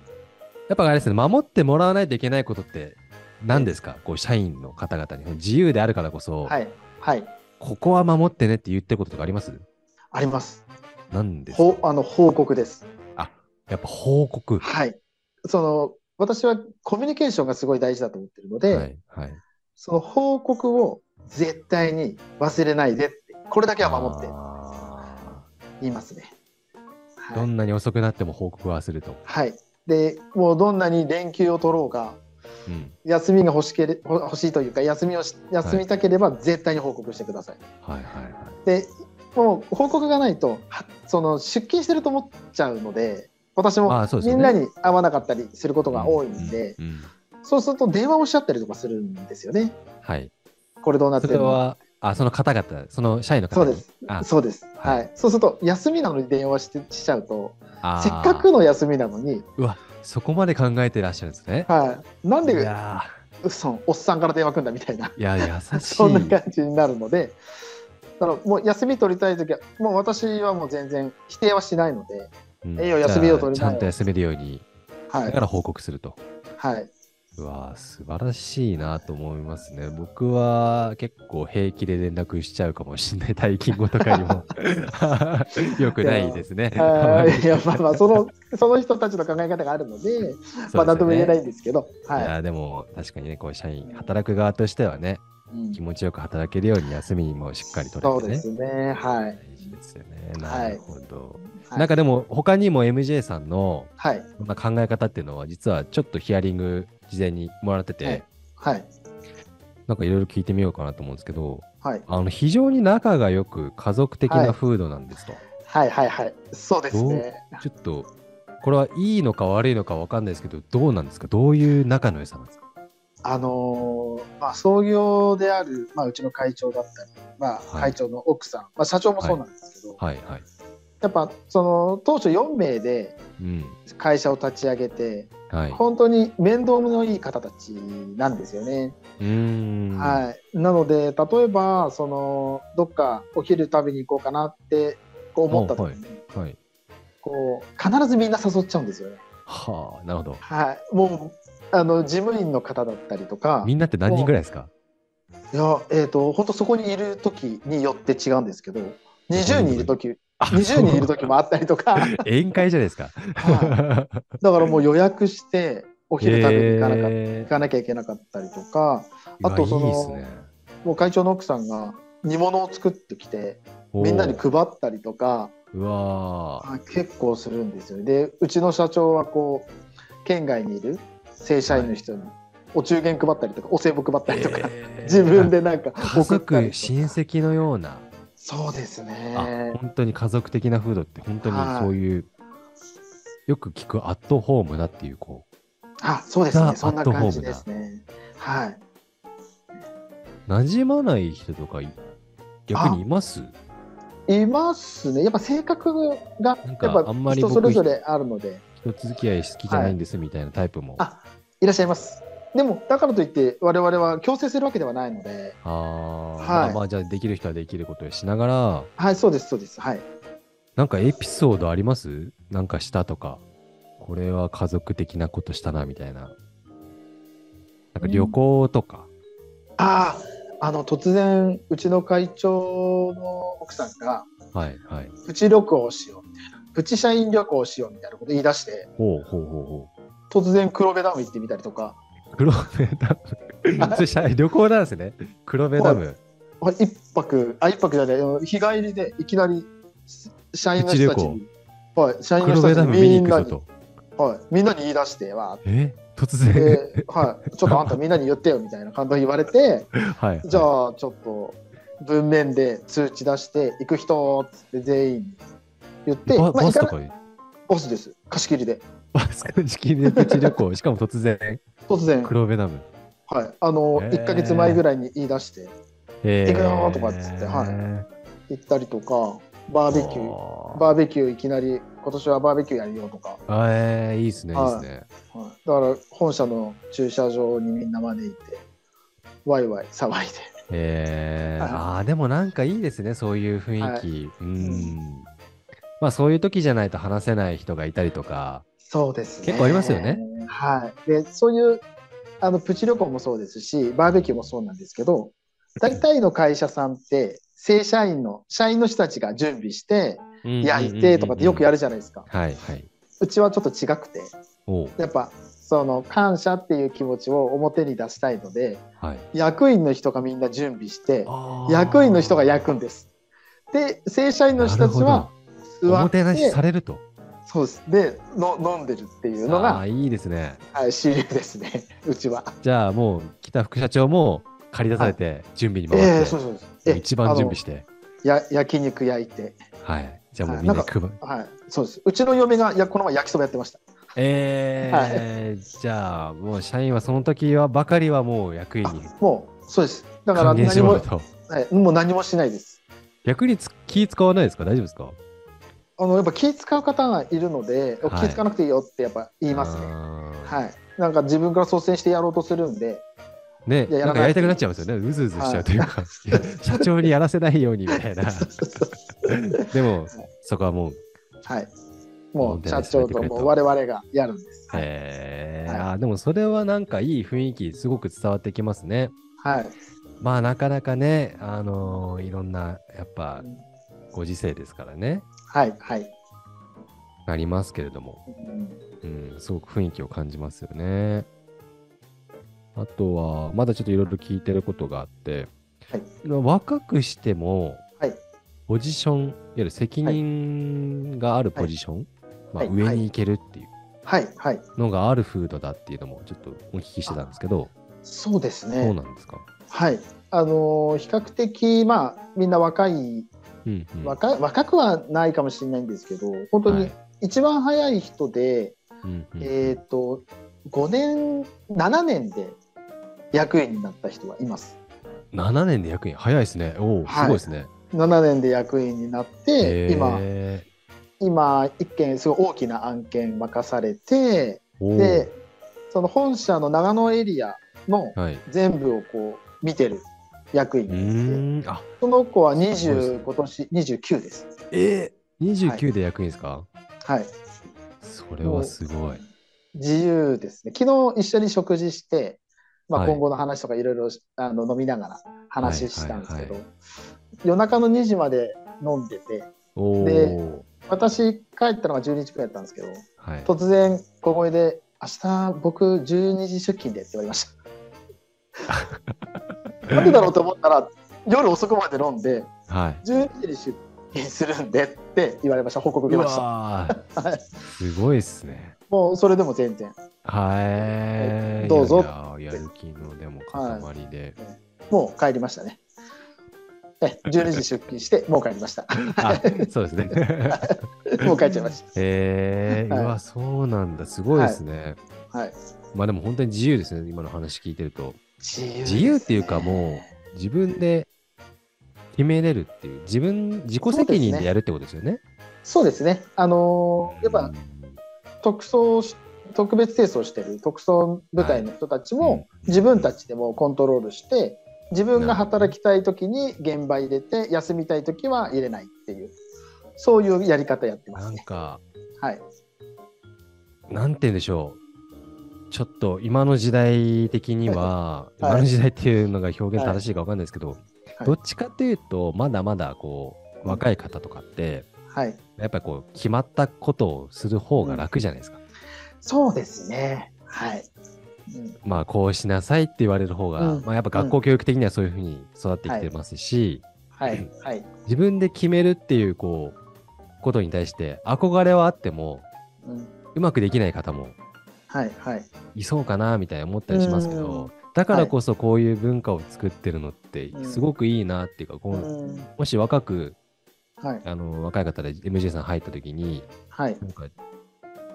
っぱあれですね、守ってもらわないといけないことって何ですかこう、社員の方々に。自由であるからこそ、はい、はい、ここは守ってねって言ってることとかありますあります。何ですほかあの報告です。やっぱ報告。はい、その私はコミュニケーションがすごい大事だと思ってるので、はい。はい。その報告を絶対に忘れないでって、これだけは守ってあ言いますね。ーはどい、んなに遅くなっても報告はすると。はい、でもうどんなに連休を取ろうが、うん。休みが欲しけれほ欲しいというか休みをし休みたければ絶対に報告してください。はいはいはい。でもう報告がないとはその出勤してると思っちゃうので今年あもあそうですみよねんなに会わなかったりすることが多いんでうんうんうんそうすると電話をしちゃったりとかするんですよねはい。これどうなってそるれのは、あ、その方々、その社員の方そう々ですあそうです、ははいいそうすると休みなのに電話してしちゃうとあーせっかくの休みなのに、うわ、そこまで考えてらっしゃるんですね。はい、なんいでやそのおっさんから電話くんだみたいな [LAUGHS] ーいや、優しい。 [LAUGHS] そんな感じになるので、だからもう休み取りたいときは、もう私はもう全然否定はしないので、うんええよ休みを取りじなよゃあちゃんと休めるように、はだいか。ら報告すると。はい、うわー素晴らしいなと思いますね。僕は結構平気で連絡しちゃうかもしれない。退勤後とかに [LAUGHS] も。よくないです [LAUGHS] ね。あーいや、まあまあ、そそうの、 [LAUGHS] その人たちの考え方があるので、ですよまあ、なんとも言えないね。んですけど、いはやーでも確かにね、こう社員、働く側としてはね、い。うん気持ちよく働けるように休みもしっかり取それうてでね。すね、はい。大事ですよね。はないるほど。はいなんかでも、他にも MJ さんのはい。こんな考え方っていうのは、実はちょっとヒアリング事前にもらってて、はいはい。なんかいろいろ聞いてみようかなと思うんですけど、はい。あの非常に仲が良く家族的な風土なんですと、はい。はい。はい。そうですね。ちょっとこれはいいのか悪いのか分かんないですけどどうなんですかどういう仲の良さなんですかあのーまあ、創業である、まあ、うちの会長だったり、まあ、はい会長の奥さん、まあ、社長もそうなんですけど、はいはい、やっぱ、その、当初4名で、うん会社を立ち上げてはい、う本当に面倒のいい方たちなんですよね。ーんはい、なので例えばそのどっかお昼食べに行こうかなってこう思った時に、いはいこう必ずみんな誘っちゃうんですよね。はあなるほどはい、もうあの事務員の方だったりとかみんなって何人ぐらいですかいや、えー、と本当そこにいる時によって違うんですけど20人いる時あ20人いる時そうもあったり [LAUGHS] とか、はい、宴会じゃないですか、だからもう予約してお昼食べに行かなかっへ行かなきゃいけなかったりとか。ーあとそのいいですねもう会長の奥さんが煮物を作ってきておーみんなに配ったりとかうわーあ結構するんですよねでうちの社長はこう県外にいる正社員の人にお中元配ったりとかお歳暮配ったりとか、えー自分でなんか家送ったり族とか親戚のようなそうですあね本当に家族的な風土って本当にそういう、よく聞くアットホームなっていうこうあそうですザアッねトそんな感じですねはい馴染まない人とかい逆にいますいますねやっぱ性格がなんかやっあぱんまり人僕それぞれあるので人付き合い好きじゃないんですみたいなタイプも、あいらっしゃいますでもだからといって我々は強制するわけではないのであーはいまあまあじゃあできる人はできることをしながらはいそうですそうですはいなんかエピソードありますなんかしたとかこれは家族的なことしたなみたいななんか旅行とか、あああの突然うちの会長の奥さんがはいはいプチ旅行をしようみたいなプチ社員旅行をしようみたいなこと言い出してほうほうほうほ突然黒部ダム行ってみたりとかう黒部ダム [LAUGHS] それ社旅行なんですね黒部ダム、あ一泊あ一泊じゃないあの日帰りでいきなりし社員の人たちプに、はい、社員の黒部人たちダにム見みにん行なくにぞ、はい、みんなに言い出してわーっと。え突然、て、 [LAUGHS] はい、ちょっとあんたみんなに言ってよみたいな感じで言われてはい。じゃあちょっと文面で通知出して行く人っつって全員に言って、バまあバ行スかとなか、ボスです。貸し切りで。バスの時期でプチ旅行、しかも突然、突然、黒部ダム。はい、あの、へー1ヶ月前ぐらいに言い出してえ行くよーとかっつってはい。い行ったりとか、バーベキュー、バーベキューいきなり、今年はバーベキューやるよとか、あーえー、いいですね、いいですね。はい、だから本社の駐車場にみんな招いて、ワイワイ騒いで。えー、はいああ、でもなんかいいですね、そういう雰囲気。うんう。まあそういう時じゃないと話せない人がいたりとか、そうですね。結構ありますよね。はい。で、そういう、あの、プチ旅行もそうですし、バーベキューもそうなんですけど、大体の会社さんって、正社員の、社員の人たちが準備して、焼いてとかってよくやる。るじゃないですか。はい、はい。うちはちょっと違くて、おうやっぱその感謝っていう気持ちを表に出したいのではい。役員の人がみんな準備してあー役員の人が焼くんです。で正社員の人たちはなるほど座おもっててなしされると。そうです。で、の飲んでるっていうのあがー、いいですね。はい、主流ですね、 [LAUGHS] うちは。じゃあもう北副社長も借り出されて準備に回って、ええそうそうです。もう一番準備しして、や焼肉焼いて、はい。じゃあもうはいみんななん配る。はい、そうです。うちの嫁がやこの前焼きそばやってました。ええじゃあもう社員はその時はばかりはもう役員にもうそうです。だから還元し何ろも、と。はい、もう何もしないです。逆につ気使わないですか大丈夫ですかあのやっぱ気使う方がいるので、はい気使わなくていいよってやっぱ言いますね。ははい。なんか自分から率先してやろうとするんで、い。ね、いややならなんいかやりたくなっちゃいますよね。うずうずしちゃうというか、いや [LAUGHS] 社長にやらせないようにみたい [LAUGHS] な。でも、そこはもう、はい。問もう題ない社です長ともう我々がやるんです。はい。えーはいあーでもそれはなんかいい雰囲気、すごく伝わってきますね。はい。まあなかなかね、あのーいろんな、やっぱご時世ですからね、はい。はい。ありますけれども。うんうん、すごく雰囲気を感じますよね。あとは、まだちょっといろいろ聞いてることがあって、はい若くしても、はいポジション、いわゆる責任があるポジション、はいまあ、上に行けるっていうはい。はい。のがあるフードだっていうのもちょっとお聞きしてたんですけど、そうですそうね。なんですか、はい。あのー比較的まあみんな若いうんうん若い若くはないかもしれないんですけど、本当はにい一番早い人で、うんうんえっ、と5年7年で役員になった人はいます。 7年で役員、早いですね。おお、すはいごいですね。 7年で役員になって、今へ今一件すごい大きな案件任されてー、おーでその本社の長野エリアのはい、全部をこう見てる役員うがいてーん、あその子はすごいですね20今年29です。えー、29で役員ですか、はい、それはすごい。自由ですね昨日一緒に食事して、まはあ、い今後の話とかいろいろあの飲みながら話したんですけど、は夜中の2時まで飲んでておお。私帰ったのが12時くらいだったんですけどはい。突然小声で「明日僕12時出勤で」って言われました [LAUGHS] なんでだろうと思ったら夜遅くまで飲んではい。 12時に出勤するんでって言われました報告受うけましたわーはいすごいですね。もうそれでも全然はい。どうぞいやいややる気のでも塊で。もう帰りましたね。え12時出勤して、もう帰りま [LAUGHS] した。あ、そうですね。 [LAUGHS] もう帰っちゃいましえー、はいうわ、そうなんだ。すごいですね。た。はい、まあでも本当に自由ですね。今の話聞いてると。自由です自由っていうかもう自分で決めれるっていう。自分、自己責任でやるってことですよね。そうですね、あのーやっぱ特捜し特別清掃してる特捜部隊の人たちも、はい自分たちでもコントロールして、自分が働きたいときに現場入れて、休みたいときは入れないっていう、そういうやり方やってまなすんね。か、はい、なんて言うんでしょう。ちょっと今の時代的には、はい今の時代っていうのが表現正しいかわかんないですけど、いどっちかというと、まだまだこう、若い方とかって、はい、やっぱりこう、決まったことをする方が楽じゃないですか。そうですね。はい、うんまあ、こうしなさいって言われる方が、うんまあ、やっぱ学校教育的にはそういうふうに育ってきてますし、はい、はい、自分で決めるっていう、こう、ことに対して、憧れはあっても、うん、うまくできない方もはい、はい、いそうかなみたいな思ったりしますけうどんだからこそこういう文化を作ってるのってすごくいいなっていうか、こううん、もし若くはい、あの若い方で MJ さん入った時にはい。なんか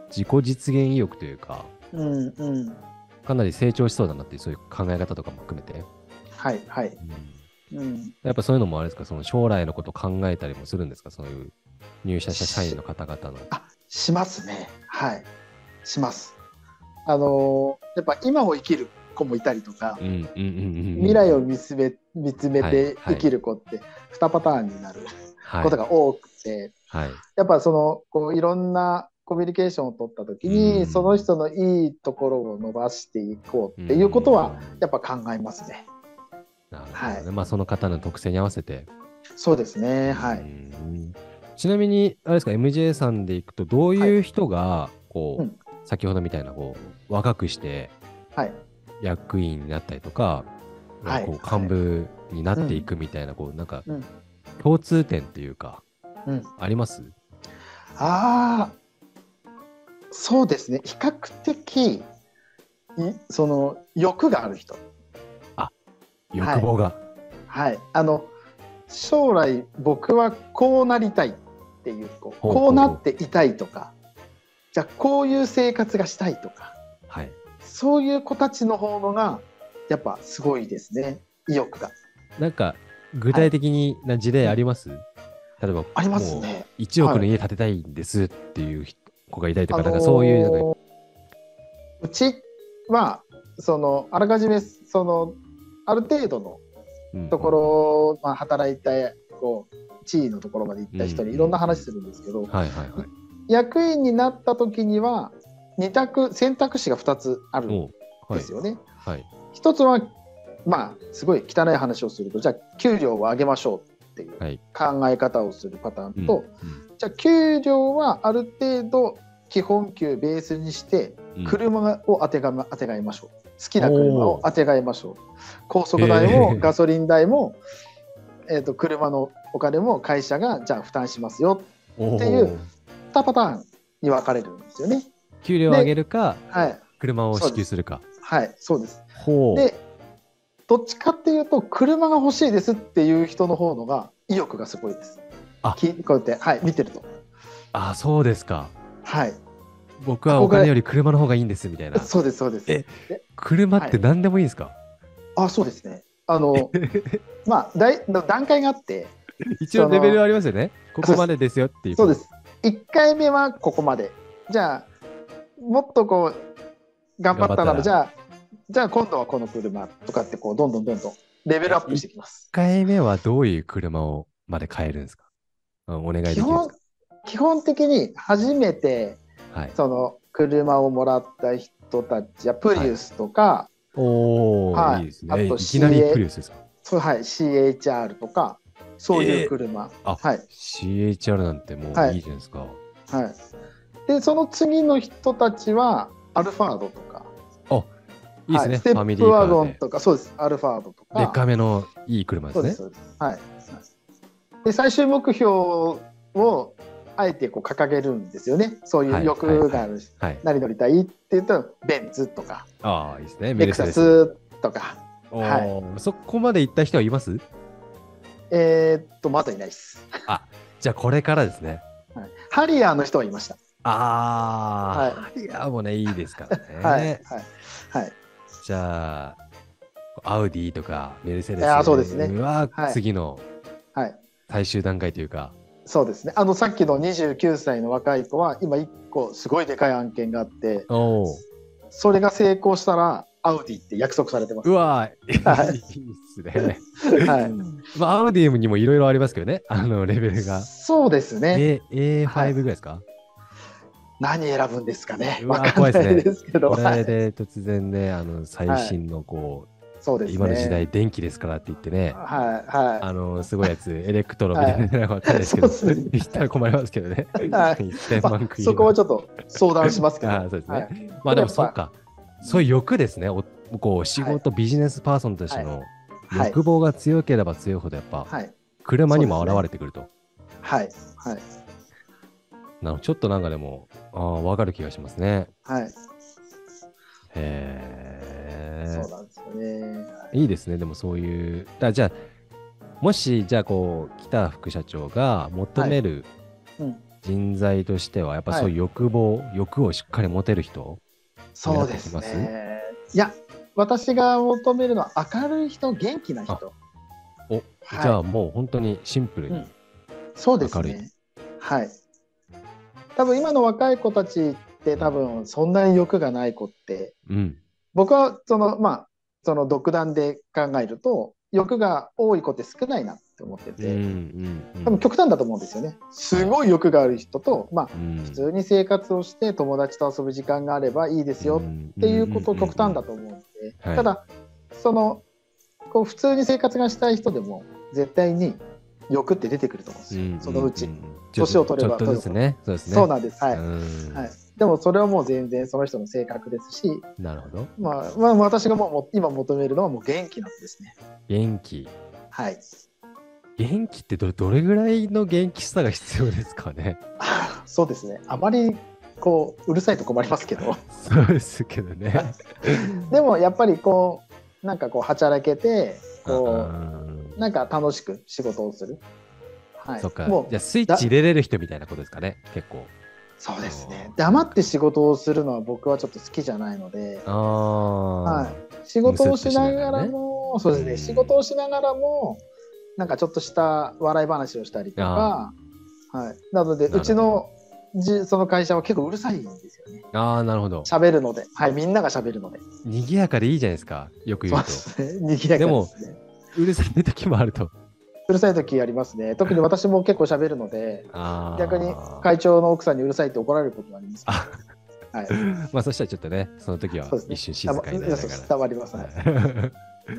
自己実現意欲というかうんうん。かなり成長しそうだなっていうそういう考え方とかも含めて、はいはい。うん。やっぱそういうのもあれですかその将来のこと考えたりもするんですかそういう入社した社員の方々の。あ、しますね。はい。します。あのーやっぱ今を生きる子もいたりとか、うんうんうんうん未来を見つめ見つめはいてはい生きる子って2パターンになるはいことが多くて、はいやっぱそのこういろんなコミュニケーションを取った時に、うんその人のいいところを伸ばしていこうっていうことは、やっぱ考えますね。なるほどねまあ、その方の特性に合わせてそうですね。はうい。んちなみに、あれですか、MJ さんでいくと、どういう人が、こう、うん先ほどみたいな、こう、若くしてはい。役員になったりとか、はいこう幹部になっていくみたいな、こう、なんかうん、共通点っていうか、うん。ありますああ、そうですね比較的いその欲がある人欲望が。はいあの将来僕はこうなりたいっていうこうほうほうこうなっていたいとかじゃあこういう生活がしたいとかはい。そういう子たちの方のがやっぱすごいですね意欲がなんか、具体的にな事例あります、例えば、ありますもうね。 1億のは家建てたいんですっていう子がいたりとか、あなのんーかそういうなんか、うちはそのあらかじめそのある程度のうんところを、まあ、働いてこう地位のところまで行った人うんにいろんな話するんですけど、はいはいはい。役員になった時には二択選択肢が2つあるんもう、はでいす。よね。はい。一つはまあすごい汚い話をするとじゃあ給料を上げましょうっていうはい考え方をするパターうンんと、じゃあ給料はある程度基本給ベースにしてうん車をあてがまあてがいましょう好きな車をあてがいましょう高速代もへえガソリン代も、えー、と車のお金も会社がじゃあ負担しますよおーっていう2パターンに分かれるんですよね給料を上げるか、はい車を支給するか。はいそうですほう。でどっちかっていうと車が欲しいですっていう人の方のが意欲がすごいですあきこうやってはい見てるとあ、そうですか。はい僕はお金より車の方がいいんですみたいな。そうですそうですえ車って何でもいいんですか、あそうですねあ [LAUGHS] のまあだい段階があって一応レベルはありますよね。ここまでですよっていう。そうで。す。1回目はここまで。じゃあ、もっとこう、頑張った頑張ったなら、らじゃあ、じゃあ今度はこの車とかって、こう、どんどんどんどんレベルアップしていきます1。回目はどういう車をまで買えるんですかあお願いでき基るんです本か、基本的に初めて、はい、その、車をもらった人たちや、プリウスとか、おお、はいい、いですね。あといきなり CA プリウスですかそうはい、CHR とか、そういう車。あはい。 ?CHR なんてもはういいいじゃないですか。はい。で、その次の人たちは、アルファードとか、いいですね、はい、ステファミッリプーカワゴーンで。とか、そうです、アルファードとか。でかめのいい車ですそうでねす。そうです。はい。で最終目標をあえてこう掲げるんですよね。そういはいう欲があるし、はい。何乗りたいって言うとベンツとかああ、いいですね。メレルクセサデス。スとか、おはーそこまで行った人はいますえーっとまだいないです。じゃあこれからですね。はい、ハリアーの人はいました。ああ、ははい、いやもうね、いいですからね。 [LAUGHS] はいはいはい。じゃあ、アウディとかメルセデスいやーそうですねははい次のはい最終段階というか、そうですね。あのさっきの29歳の若い子は今一個すごいでかい案件があって、おお、それが成功したらアウディって約束されてます。うわー、、はいいいっすね。はい。まあ、アウディにもいろいろありますけどね、あのレベルが。そうですね。 A、はい A5 ぐらいですか、何選ぶんですかね。うわわかん怖いないでですけど。こはれいで突然ね、あの最新のこそうう、ですね。今の時代、電気ですからって言ってね、はいはあのすごいや [LAUGHS] つ、エレクトロみたいなのがわかんないですけど、はいそうですね言ったら困りますけどね。はい1000い。ま万あ、クイーンそこはちょっと相談しますけ [LAUGHS] ど。あーそうですねはいまあでもそっか、そういう欲ですね、おこう仕事、ビジネスパーソンとしてのはい欲望が強ければ強いほど、やっぱはい車にもそうです現ねれてくると。はいはいなのちょっとなんかでも、ああ、わかる気がしますね。はい。へそえう。なんですよね。いいですね、でもそういう。だじゃあ、もし、じゃあ、こう、北副社長が求めるうん。人材としては、やっぱそういう欲望、欲をしっかり持てる人そうです狙っていきね。いや、私が求めるのは明るい人、元気な人。を、はいじゃあもう本当にシンプルに。うんそうです明るね。はい。多分今の若い子たちって多分そんなに欲がない子ってうん。僕はそのまあその独断で考えると欲が多い子って少ないなって思ってうん。て、うん。多分極端だと思うんですよねすごい欲がある人と、まあ、うん普通に生活をして友達と遊ぶ時間があればいいですよっていうこと極端だ。と思うんで、はいただそのこう普通に生活がしたい人でも絶対に欲って出てくると思うんですうんよ、うんうんそのうち、んん年を取ればちょっとずつね。そうですね。そうなんですはい、うんはい、でもそれはもう全然その人の性格ですし、なるほど。まあ、まあ私がもうも今求めるのはもう元気なんですね元気。はい [LAUGHS] 元気ってどどれぐらいの元気さが必要ですかね。 [LAUGHS] そうですね。あまりこううるさいと困りますけどそうですけどね。でもやっぱりこうなんかこうはちゃらけてうこんうなんか楽しく仕事をする、はい、そっか。もじゃうあスイッチ入れれる人みたいなことですかね、結構。そうですね黙って仕事をするのは僕はちょっと好きじゃないのでああ。はい仕事をしなむすっとしなががららねもそうですうんね仕事をしながらもなんかちょっとした笑い話をしたりとかはいなのなでるほどうちのじその会社は結構うるさいんですよねああ、なるほど。喋るのではいみんなが喋るので賑やかでいいじゃないですか。よく言そううでと。すね賑やかですねうるさい時もあ [LAUGHS] ると。うるさい時ありますね特に私も結構喋るのでああ。逆に会長の奥さんにうるさいって怒られることもありますあはいまあそしたらちょっとね、その時はそうですね一瞬静かになりなが伝わります、らは。いはい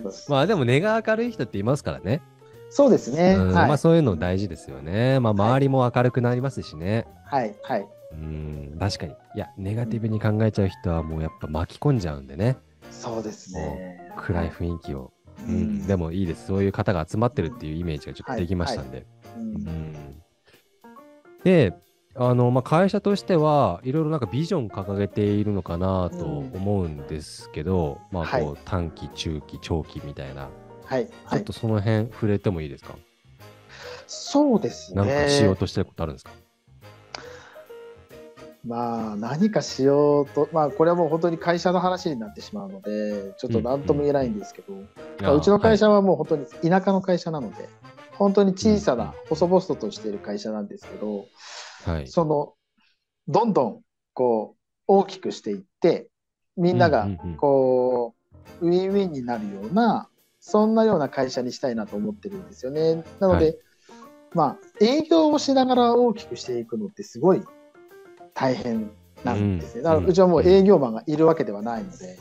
[LAUGHS] まあでも根が明るい人っていますからね。そうですねうんはいまあそういうの大事ですよね。まあ周りも明るくなりますしね。はいはいうん、確かに。いや、ネガティブに考えちゃう人はもうやっぱ巻き込んじゃうんでね。そうですね暗いは雰囲気を。う、うんんでもいいです。そういう方が集まってるっていうイメージがちょっとできましたんで。うんうんで、あの、まあ、会社としてはいろいろなんかビジョン掲げているのかなと思うんですけど、まあ、こう短期、中期、長期みたいな、はいちはょっいとその辺触れてもいいですか、そうですなんかしようね。としてることあるんですか、まあ何かしようと、まあこれはもう本当に会社の話になってしまうので、ちょっと何とも言えないんですけど、まあうちの会は社はもう本当に田舎の会社なので、本当に小さうんな細々としている会社なんですけど、い、はいそのどんどんこう大きくしていって、みんながうんうんうんこう、ウィンウィンになるようなそんなような会社にしたいなと思ってるんですよね。なので、はいまあ営業をしながら大きくしていくのってすごい大変なんですね。うんだからうちはもううん営業マンがいるわけではないので、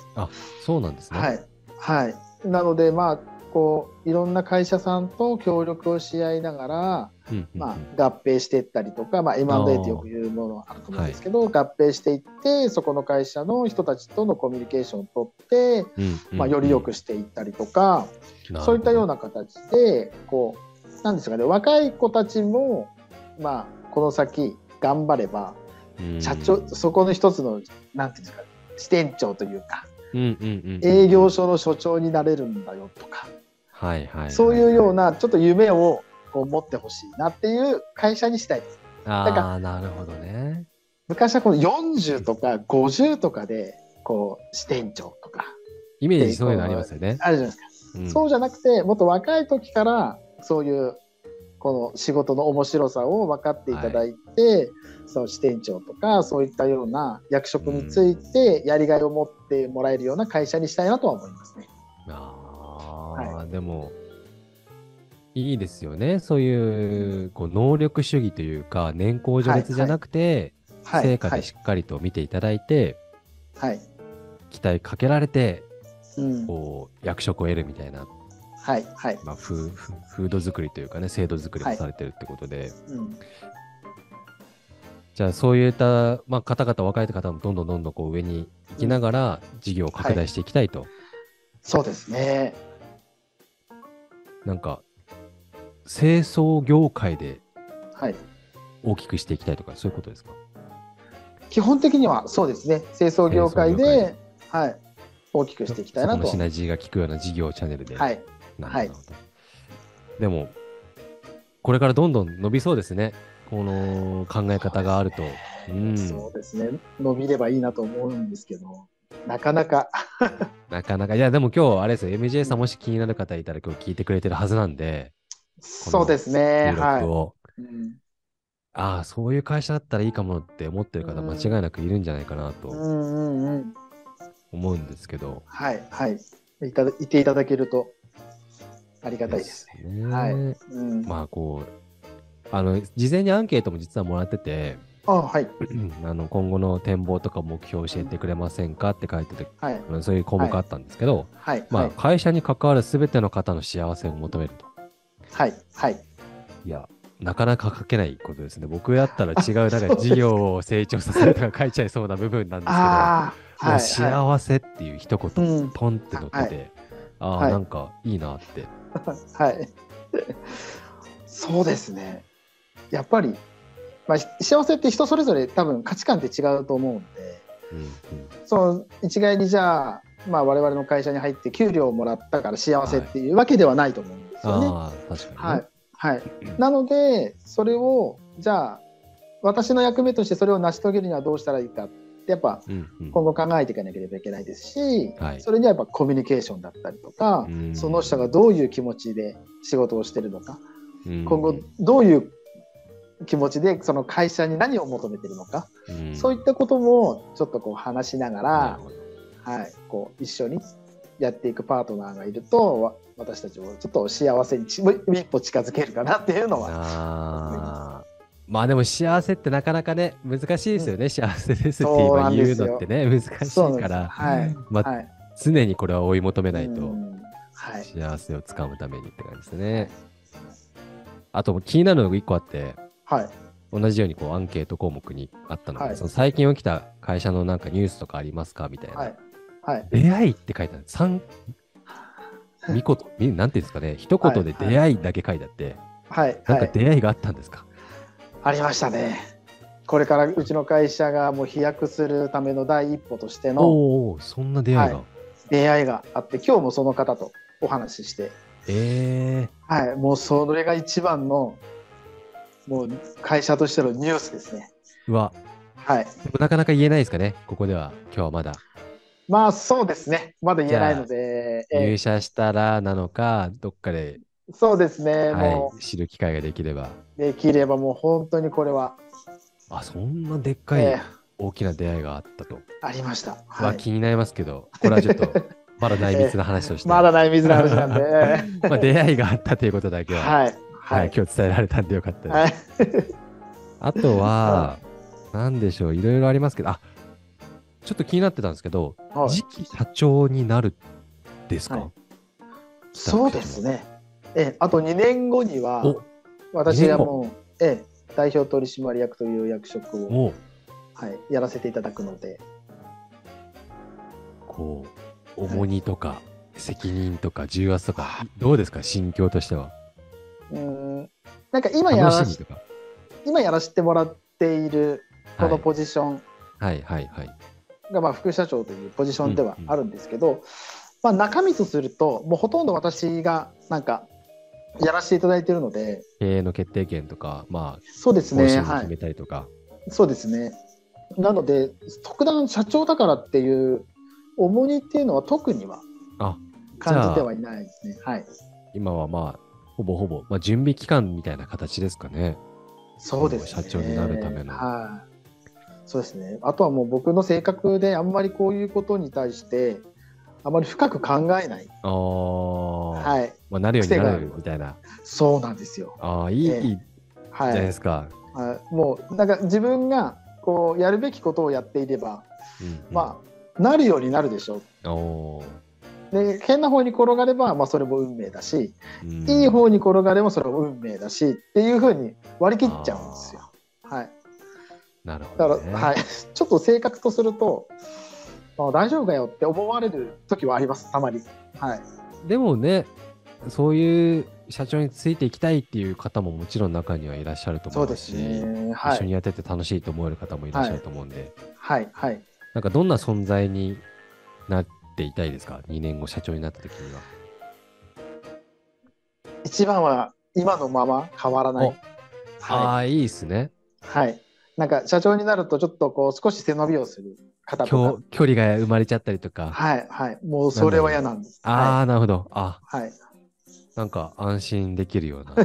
そうなんですね。はいはい。なのでまあこういろんな会社さんと協力をし合いながら、うんうんうんまあ、合併していったりとか、まあ、M&A ってよく言うものがあると思うんですけど、合併していってそこの会社の人たちとのコミュニケーションをとって、うんうんまあ、より良くしていったりとか、なるほどそういったような形でこうなんですかね若い子たちも、まあ、この先頑張ればうん社長、そこの一つのなんていうんですか支店長というかうんうんうんうん営業所の所長になれるんだよとか、はいはいはいそういうようなちょっと夢をこう持ってほしいなっていう会社にしたいです。だかああなるほどね昔はこの40とか50とかでこう支店長とかイメージそういうのありますよね、あるじゃないですか。うんそうじゃなくてもっと若い時からそういうこの仕事の面白さを分かっていただいて、その支店長とかそういったような役職についてやりがいを持ってもらえるような会社にしたいなとは思いますね。ああ、でもいいですよねそういうこう能力主義というか年功序列じゃなくて、はい、成果でしっかりと見ていただいて、はい、はい期待かけられてうん、こう役職を得るみたいな、はいはい、まあ、フフフード作りというかね制度作りをされてるってことで、うん、じゃあそういった、まあ、方々若い方もどんどんどんどんこう上に行きながら事業を拡大していきたいと、そうですね。なんか清掃業界ではい、大きくしていきたいとかそういうことですか基本的にはそうですね。清掃業界で清掃業界はい大きくしていきたいなそことのシ。ナジーが効くような事業チャンネルで。はい、なるほどはいなるほどでも、これからどんどん伸びそうですね。この考え方があると。うん、そうですね。伸びればいいなと思うんですけど、なかなかなかなか、いや、でも今日、あれですよ、MJ さんもし気になる方いたら今日聞いてくれてるはずなんで、そうですね。収はい録。を。うんああ、そういう会社だったらいいかもって思ってる方、うん間違いなくいるんじゃないかなうとんうんうん。思うんですけど。はいはい。いただいていただけるとありがたいです。ですねはいうん。まあ、こう、あの、事前にアンケートも実はもらってて、あはいうんあの今後の展望とか目標教えてくれませんかって書いてて、はいあのそういう項目あったんですけど、はいまはあ、い会社に関わる全ての方の幸せを求めると。はいはい。いや、なかなか書けないことですね。僕やったら違う、なんそかうです事業を成長させるとか書いちゃいそうな部分なんですけど、ああもはういは幸せっていう一い。う言、んポンって載ってて、ああ、はいなんかいいなって。はい。そうですね。やっぱりまあ、幸せって人それぞれ多分価値観って違うと思うんでうんその一概にじゃあ、まあ、我々の会社に入って給料をもらったから幸せっていうわけではないと思うんですよね。ああ、確かはにねい。はい、なのでそれをじゃあ私の役目としてそれを成し遂げるにはどうしたらいいかってやっぱうんうん今後考えていかなければいけないですし、はいそれにはやっぱコミュニケーションだったりとか、うんその人がどういう気持ちで仕事をしてるのか、うん今後どういう気持ちでその会社に何を求めてるのか、うんそういったこともちょっとこう話しながならる、ほどはい、こう一緒にやっていくパートナーがいるとわ私たちもちょっと幸せにちもう一歩近づけるかなっていうのはあーまあでも幸せってなかなかね難しいですよね、幸せですってそうな今んで言うすよのってね難しいそうなかんですら、はいまあはい常にこれは追い求めないとうんはい幸せをつかむためにって感じですね。あと気になるのが1個あってはい同じようにこうアンケート項目にあったのが、はいその最近起きた会社のなんかニュースとかありますかみたいな、はいはい出会いって書いてある [LAUGHS] 三みことみなんていうんですかね一言で出会いだけ書いてあって、はいなんかはい出会いがあったんですか、ありましたねこれからうちの会社がもう飛躍するための第一歩としてのおーおーそんな出会いが、は出会いがあって今日もその方とお話ししてえはいもうそれが一番のもう会社としてのニュースですねー、うわはいでもなかなか言えないですかねここでは今日はまだまあそうですねまだ言えないので、ええ入社したらなのかどっかで、そうですね、もはい、知る機会ができればうできればもう本当にこれは、あそんなでっかい、ええ大きな出会いがあったと、ありました。まはあい、気になりますけどこれはちょっ [LAUGHS] とまだ内密な話をして、まだない水の話なんで、えまあ、出会いがあったということだけえは、はい、ははいい、今日伝えられたんでよかったです。はい、あとは、なんでしょう、いろいろありますけど、あちょっと気になってたんですけど、はい次期社長になるですか、はいそうですね。ええ、あと2年後にはお、私がもう、ええ、代表取締役という役職を、もう、はい、やらせていただくので、こう、重荷とか、責任とか、重圧とか、どうですか、心境としては。うーん、なんか今やら楽しみしとか。今やらせてもらっているこはのいポジションはいはいはい。がまあ副社長というポジションではあるんですけど、まあ、中身とするともうほとんど私がなんかやらせていただいているので経営の決定権とか、まあ、そうです方針ね、をは決い、めたりとか。そうですねなので特段社長だからっていう重荷っていうのは特にはあ感じてはいないですねはい今はまあ、ほぼほぼ、まあ、準備期間みたいな形ですかね。そうです社ね長になるためのはいそうですねあとはもう僕の性格であんまりこういうことに対してあまり深く考えない、ああ、はい、まあ、なるように癖がなあるるみたいな。そうなんですよああ、いい、ええいいじゃはないいですか。あもうなんか自分がこうやるべきことをやっていれば、うんうんまあなるようになるでしょおーうで変な方に転がれば、まあ、それも運命だし、うんいい方に転がればそれも運命だしっていうふうに割り切っちゃうんですよ。はい、なるほだから、ど、ね。はい、 [LAUGHS] ちょっと性格とすると、まあ、大丈夫かよって思われる時はありますたまに。はい、でもね、そういう社長についていきたいっていう方ももちろん中にはいらっしゃるとそ思ううでし、すね。は一緒い、にやってて楽しいと思える方もいらっしゃると思うんで、はい、はい。なんかどんな存在になっていたいですか ?2 年後社長になった時には。一番は今のまま変わらない。おあはあ、いいですね。い、はい。なんか社長になるとちょっとこう少し背伸びをする方とか距距離が生まれちゃったりとか。はいはい。もうそれは嫌なんです。ああ、なるほど。あはい。はい。なんか安心できる [LAUGHS] ような。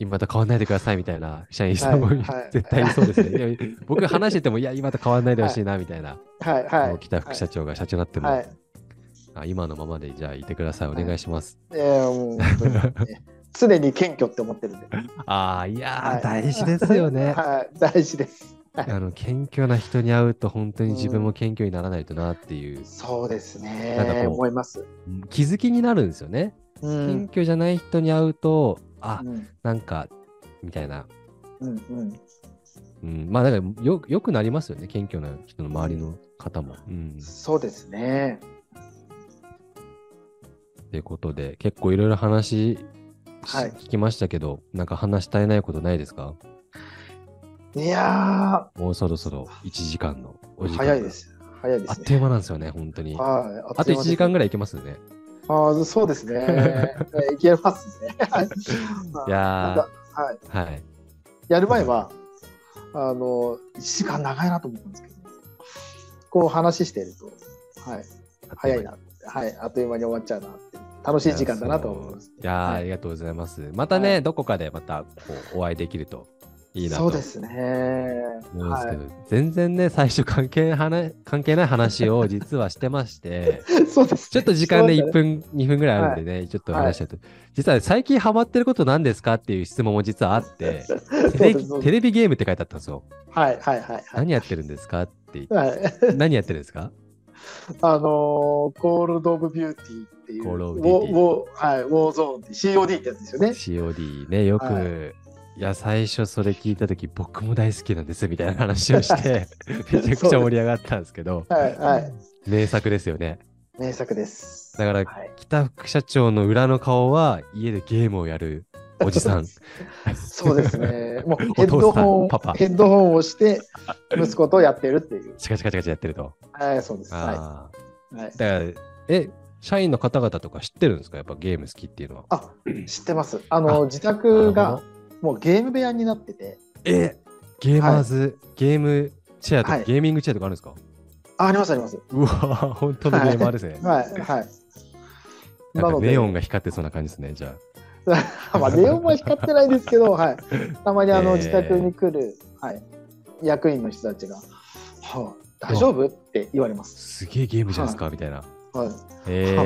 今と変わらないでくださいみたいな社員さんも、はいはい絶対にそうですね。いや僕話してても、いや、今と変わらないでほしいなみたいな。はいはも。いう北副社長が社長になっても、はい。あ今のままでじゃあいてください、おはい願いします。ええもう本当にね常に謙虚って思ってるんで。ああ、いやー、はい大事ですよね。 [LAUGHS] はい。大事です。あの謙虚な人に会うと、本当に自分も謙虚にならないとなっていう、そうですなんかこね。う思います。気づきになるんですよね。う謙ん。虚じゃない人に会うと、あうんなんか、みたいな。うんうん。うん、まあ、だからよ、よくなりますよね、謙虚な人の周りの方も。うん。そうですね。ということで、結構いろいろ話し、はい聞きましたけど、なんか話し足りないことないですかいやもうそろそろ1時間のお時ー、間。早いで。す。早いであっすとね。いう間なんですよね、本当に。あはい。あと1時間ぐぐらいいけますよね。らい。ああ、そうで [LAUGHS] すね。えーいけますね。はいいなんやかはい。ー、はい。やる前は、あの、1時間長いなと思ったんですけど、こう話していると、はい、早いな。はい、あっという間に終わっちゃうなって。楽しい時間だなと思います。いやーはいありがとうございます。またね、はどこかでまたこうお会いできるといいなとそ思ううんでですね。すけど、は全然ね、最初関係はな関係ない話を実はしてま [LAUGHS] して、い。そうです。ちょっと時間でそう1だね分、2分ぐらいあるんでね、ちょっと話しちゃうと、実は最近ハマってることなんですかっていう質問も実はあって、テレ [LAUGHS] そうですテレビゲームって書いてあったんですよ。はいはいはいはい。何やってるんですかって、はい、 [LAUGHS] 何やってるんですかあのーコールド・オブ・ビューティーっていう、コールオウブォデューティーーウォーはいウォーゾーンって、COD ってやつですよね。 COD ね、よく、、はいや、最初それ聞いたとき、僕も大好きなんですみたいな話を [LAUGHS] して、めちゃくちゃ盛り上がったんですけど、はいはい。名作ですよね。名作です。だからはい、北副社長の裏の顔は、家でゲームをやるおじさん。 [LAUGHS] そうですね。もうヘおッド父さホん、ンパパ、ヘッドホンをして、息子とやってるっていう。チカチカチカチカやってると。はい、そうです。はああい。はだい、から、え、社員の方々とか知ってるんですかやっぱゲーム好きっていうのは。あ、知ってます。あの、自宅なるがほど、もうゲーム部屋になってて、え、ゲーマーズ、ゲームチェアとか、はいゲーミングチェアとかあるんですかあ、ありますあります。うわぁ、本当のゲーマーですね。 [LAUGHS] はい、はい。なんかネオンが光ってそうな感じですね、じゃあ。 [LAUGHS] まあ、ネオンは光ってないですけど、はい、たまにあのえー自宅に来る、はい、役員の人たちが、はあ、大丈夫って言われます。すげえゲームじゃないですか、みたいな。はい、、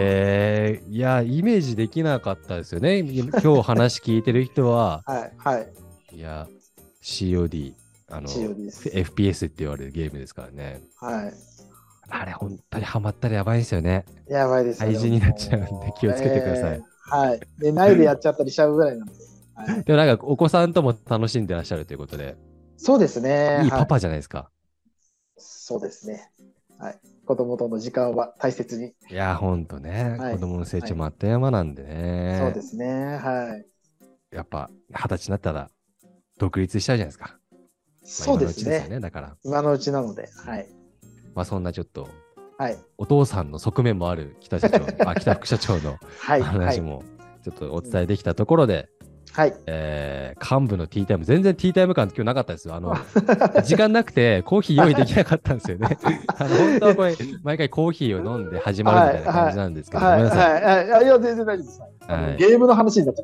えー、いや、イメージできなかったですよね。今日話聞いてる人ははい、はい、いや、COD、あの、 COD です。 FPS って言われるゲームですからね。はあれ、本当にハマったらやばいんですよね。い、やばいです、廃人になっちゃうんで気をつけてくださいえーはい、で内でやっちゃったりしちゃうぐらいなんで、はい、でもなんか、お子さんとも楽しんでらっしゃるということで、そうですね。いいパはい、パじゃないですか。そうですね。はい、子供との時間は大切に。いや、ほんとね、はい子供の成長もあっという間なんでね。そうですね。はい。やっぱ、二十歳になったら、独立しちゃうじゃないですか。まあそうです今のうちよね。ね。だから、今のうちなので、はい、まあそんなちょっと、はい、お父さんの側面もある北社長 [LAUGHS] の、あ北副社長のはい、は話い、も、ちょっとお伝えできたところで、はい。えー幹部のティータイム、全然ティータイム感今日なかったですよ。あの [LAUGHS] あ、時間なくてコーヒー用意できなかったんですよね。 [LAUGHS] あの本当はこれ、毎回コーヒーを飲んで始まるみたいな感じなんですけど、ごはめい、んなさい。はい、はい、いや、全然大丈夫です。はい [LAUGHS] ゲームの話になっちゃ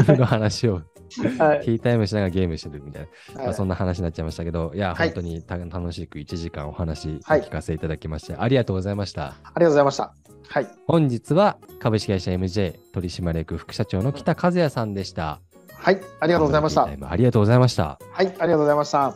ったね。の話を、はティータイムしながらゲームしてるみたいな。いまあ、そんな話になっちゃいましたけど、いや、はい本当にた楽しく1時間お話はい聞かせていただきまして、ありがとうございました。ありがとうございました。はい、本日は株式会社 MJ 取締役副社長の北和也さんでした。はい、ありあがとうございました。はありがとうございました。い、ありがとうございました。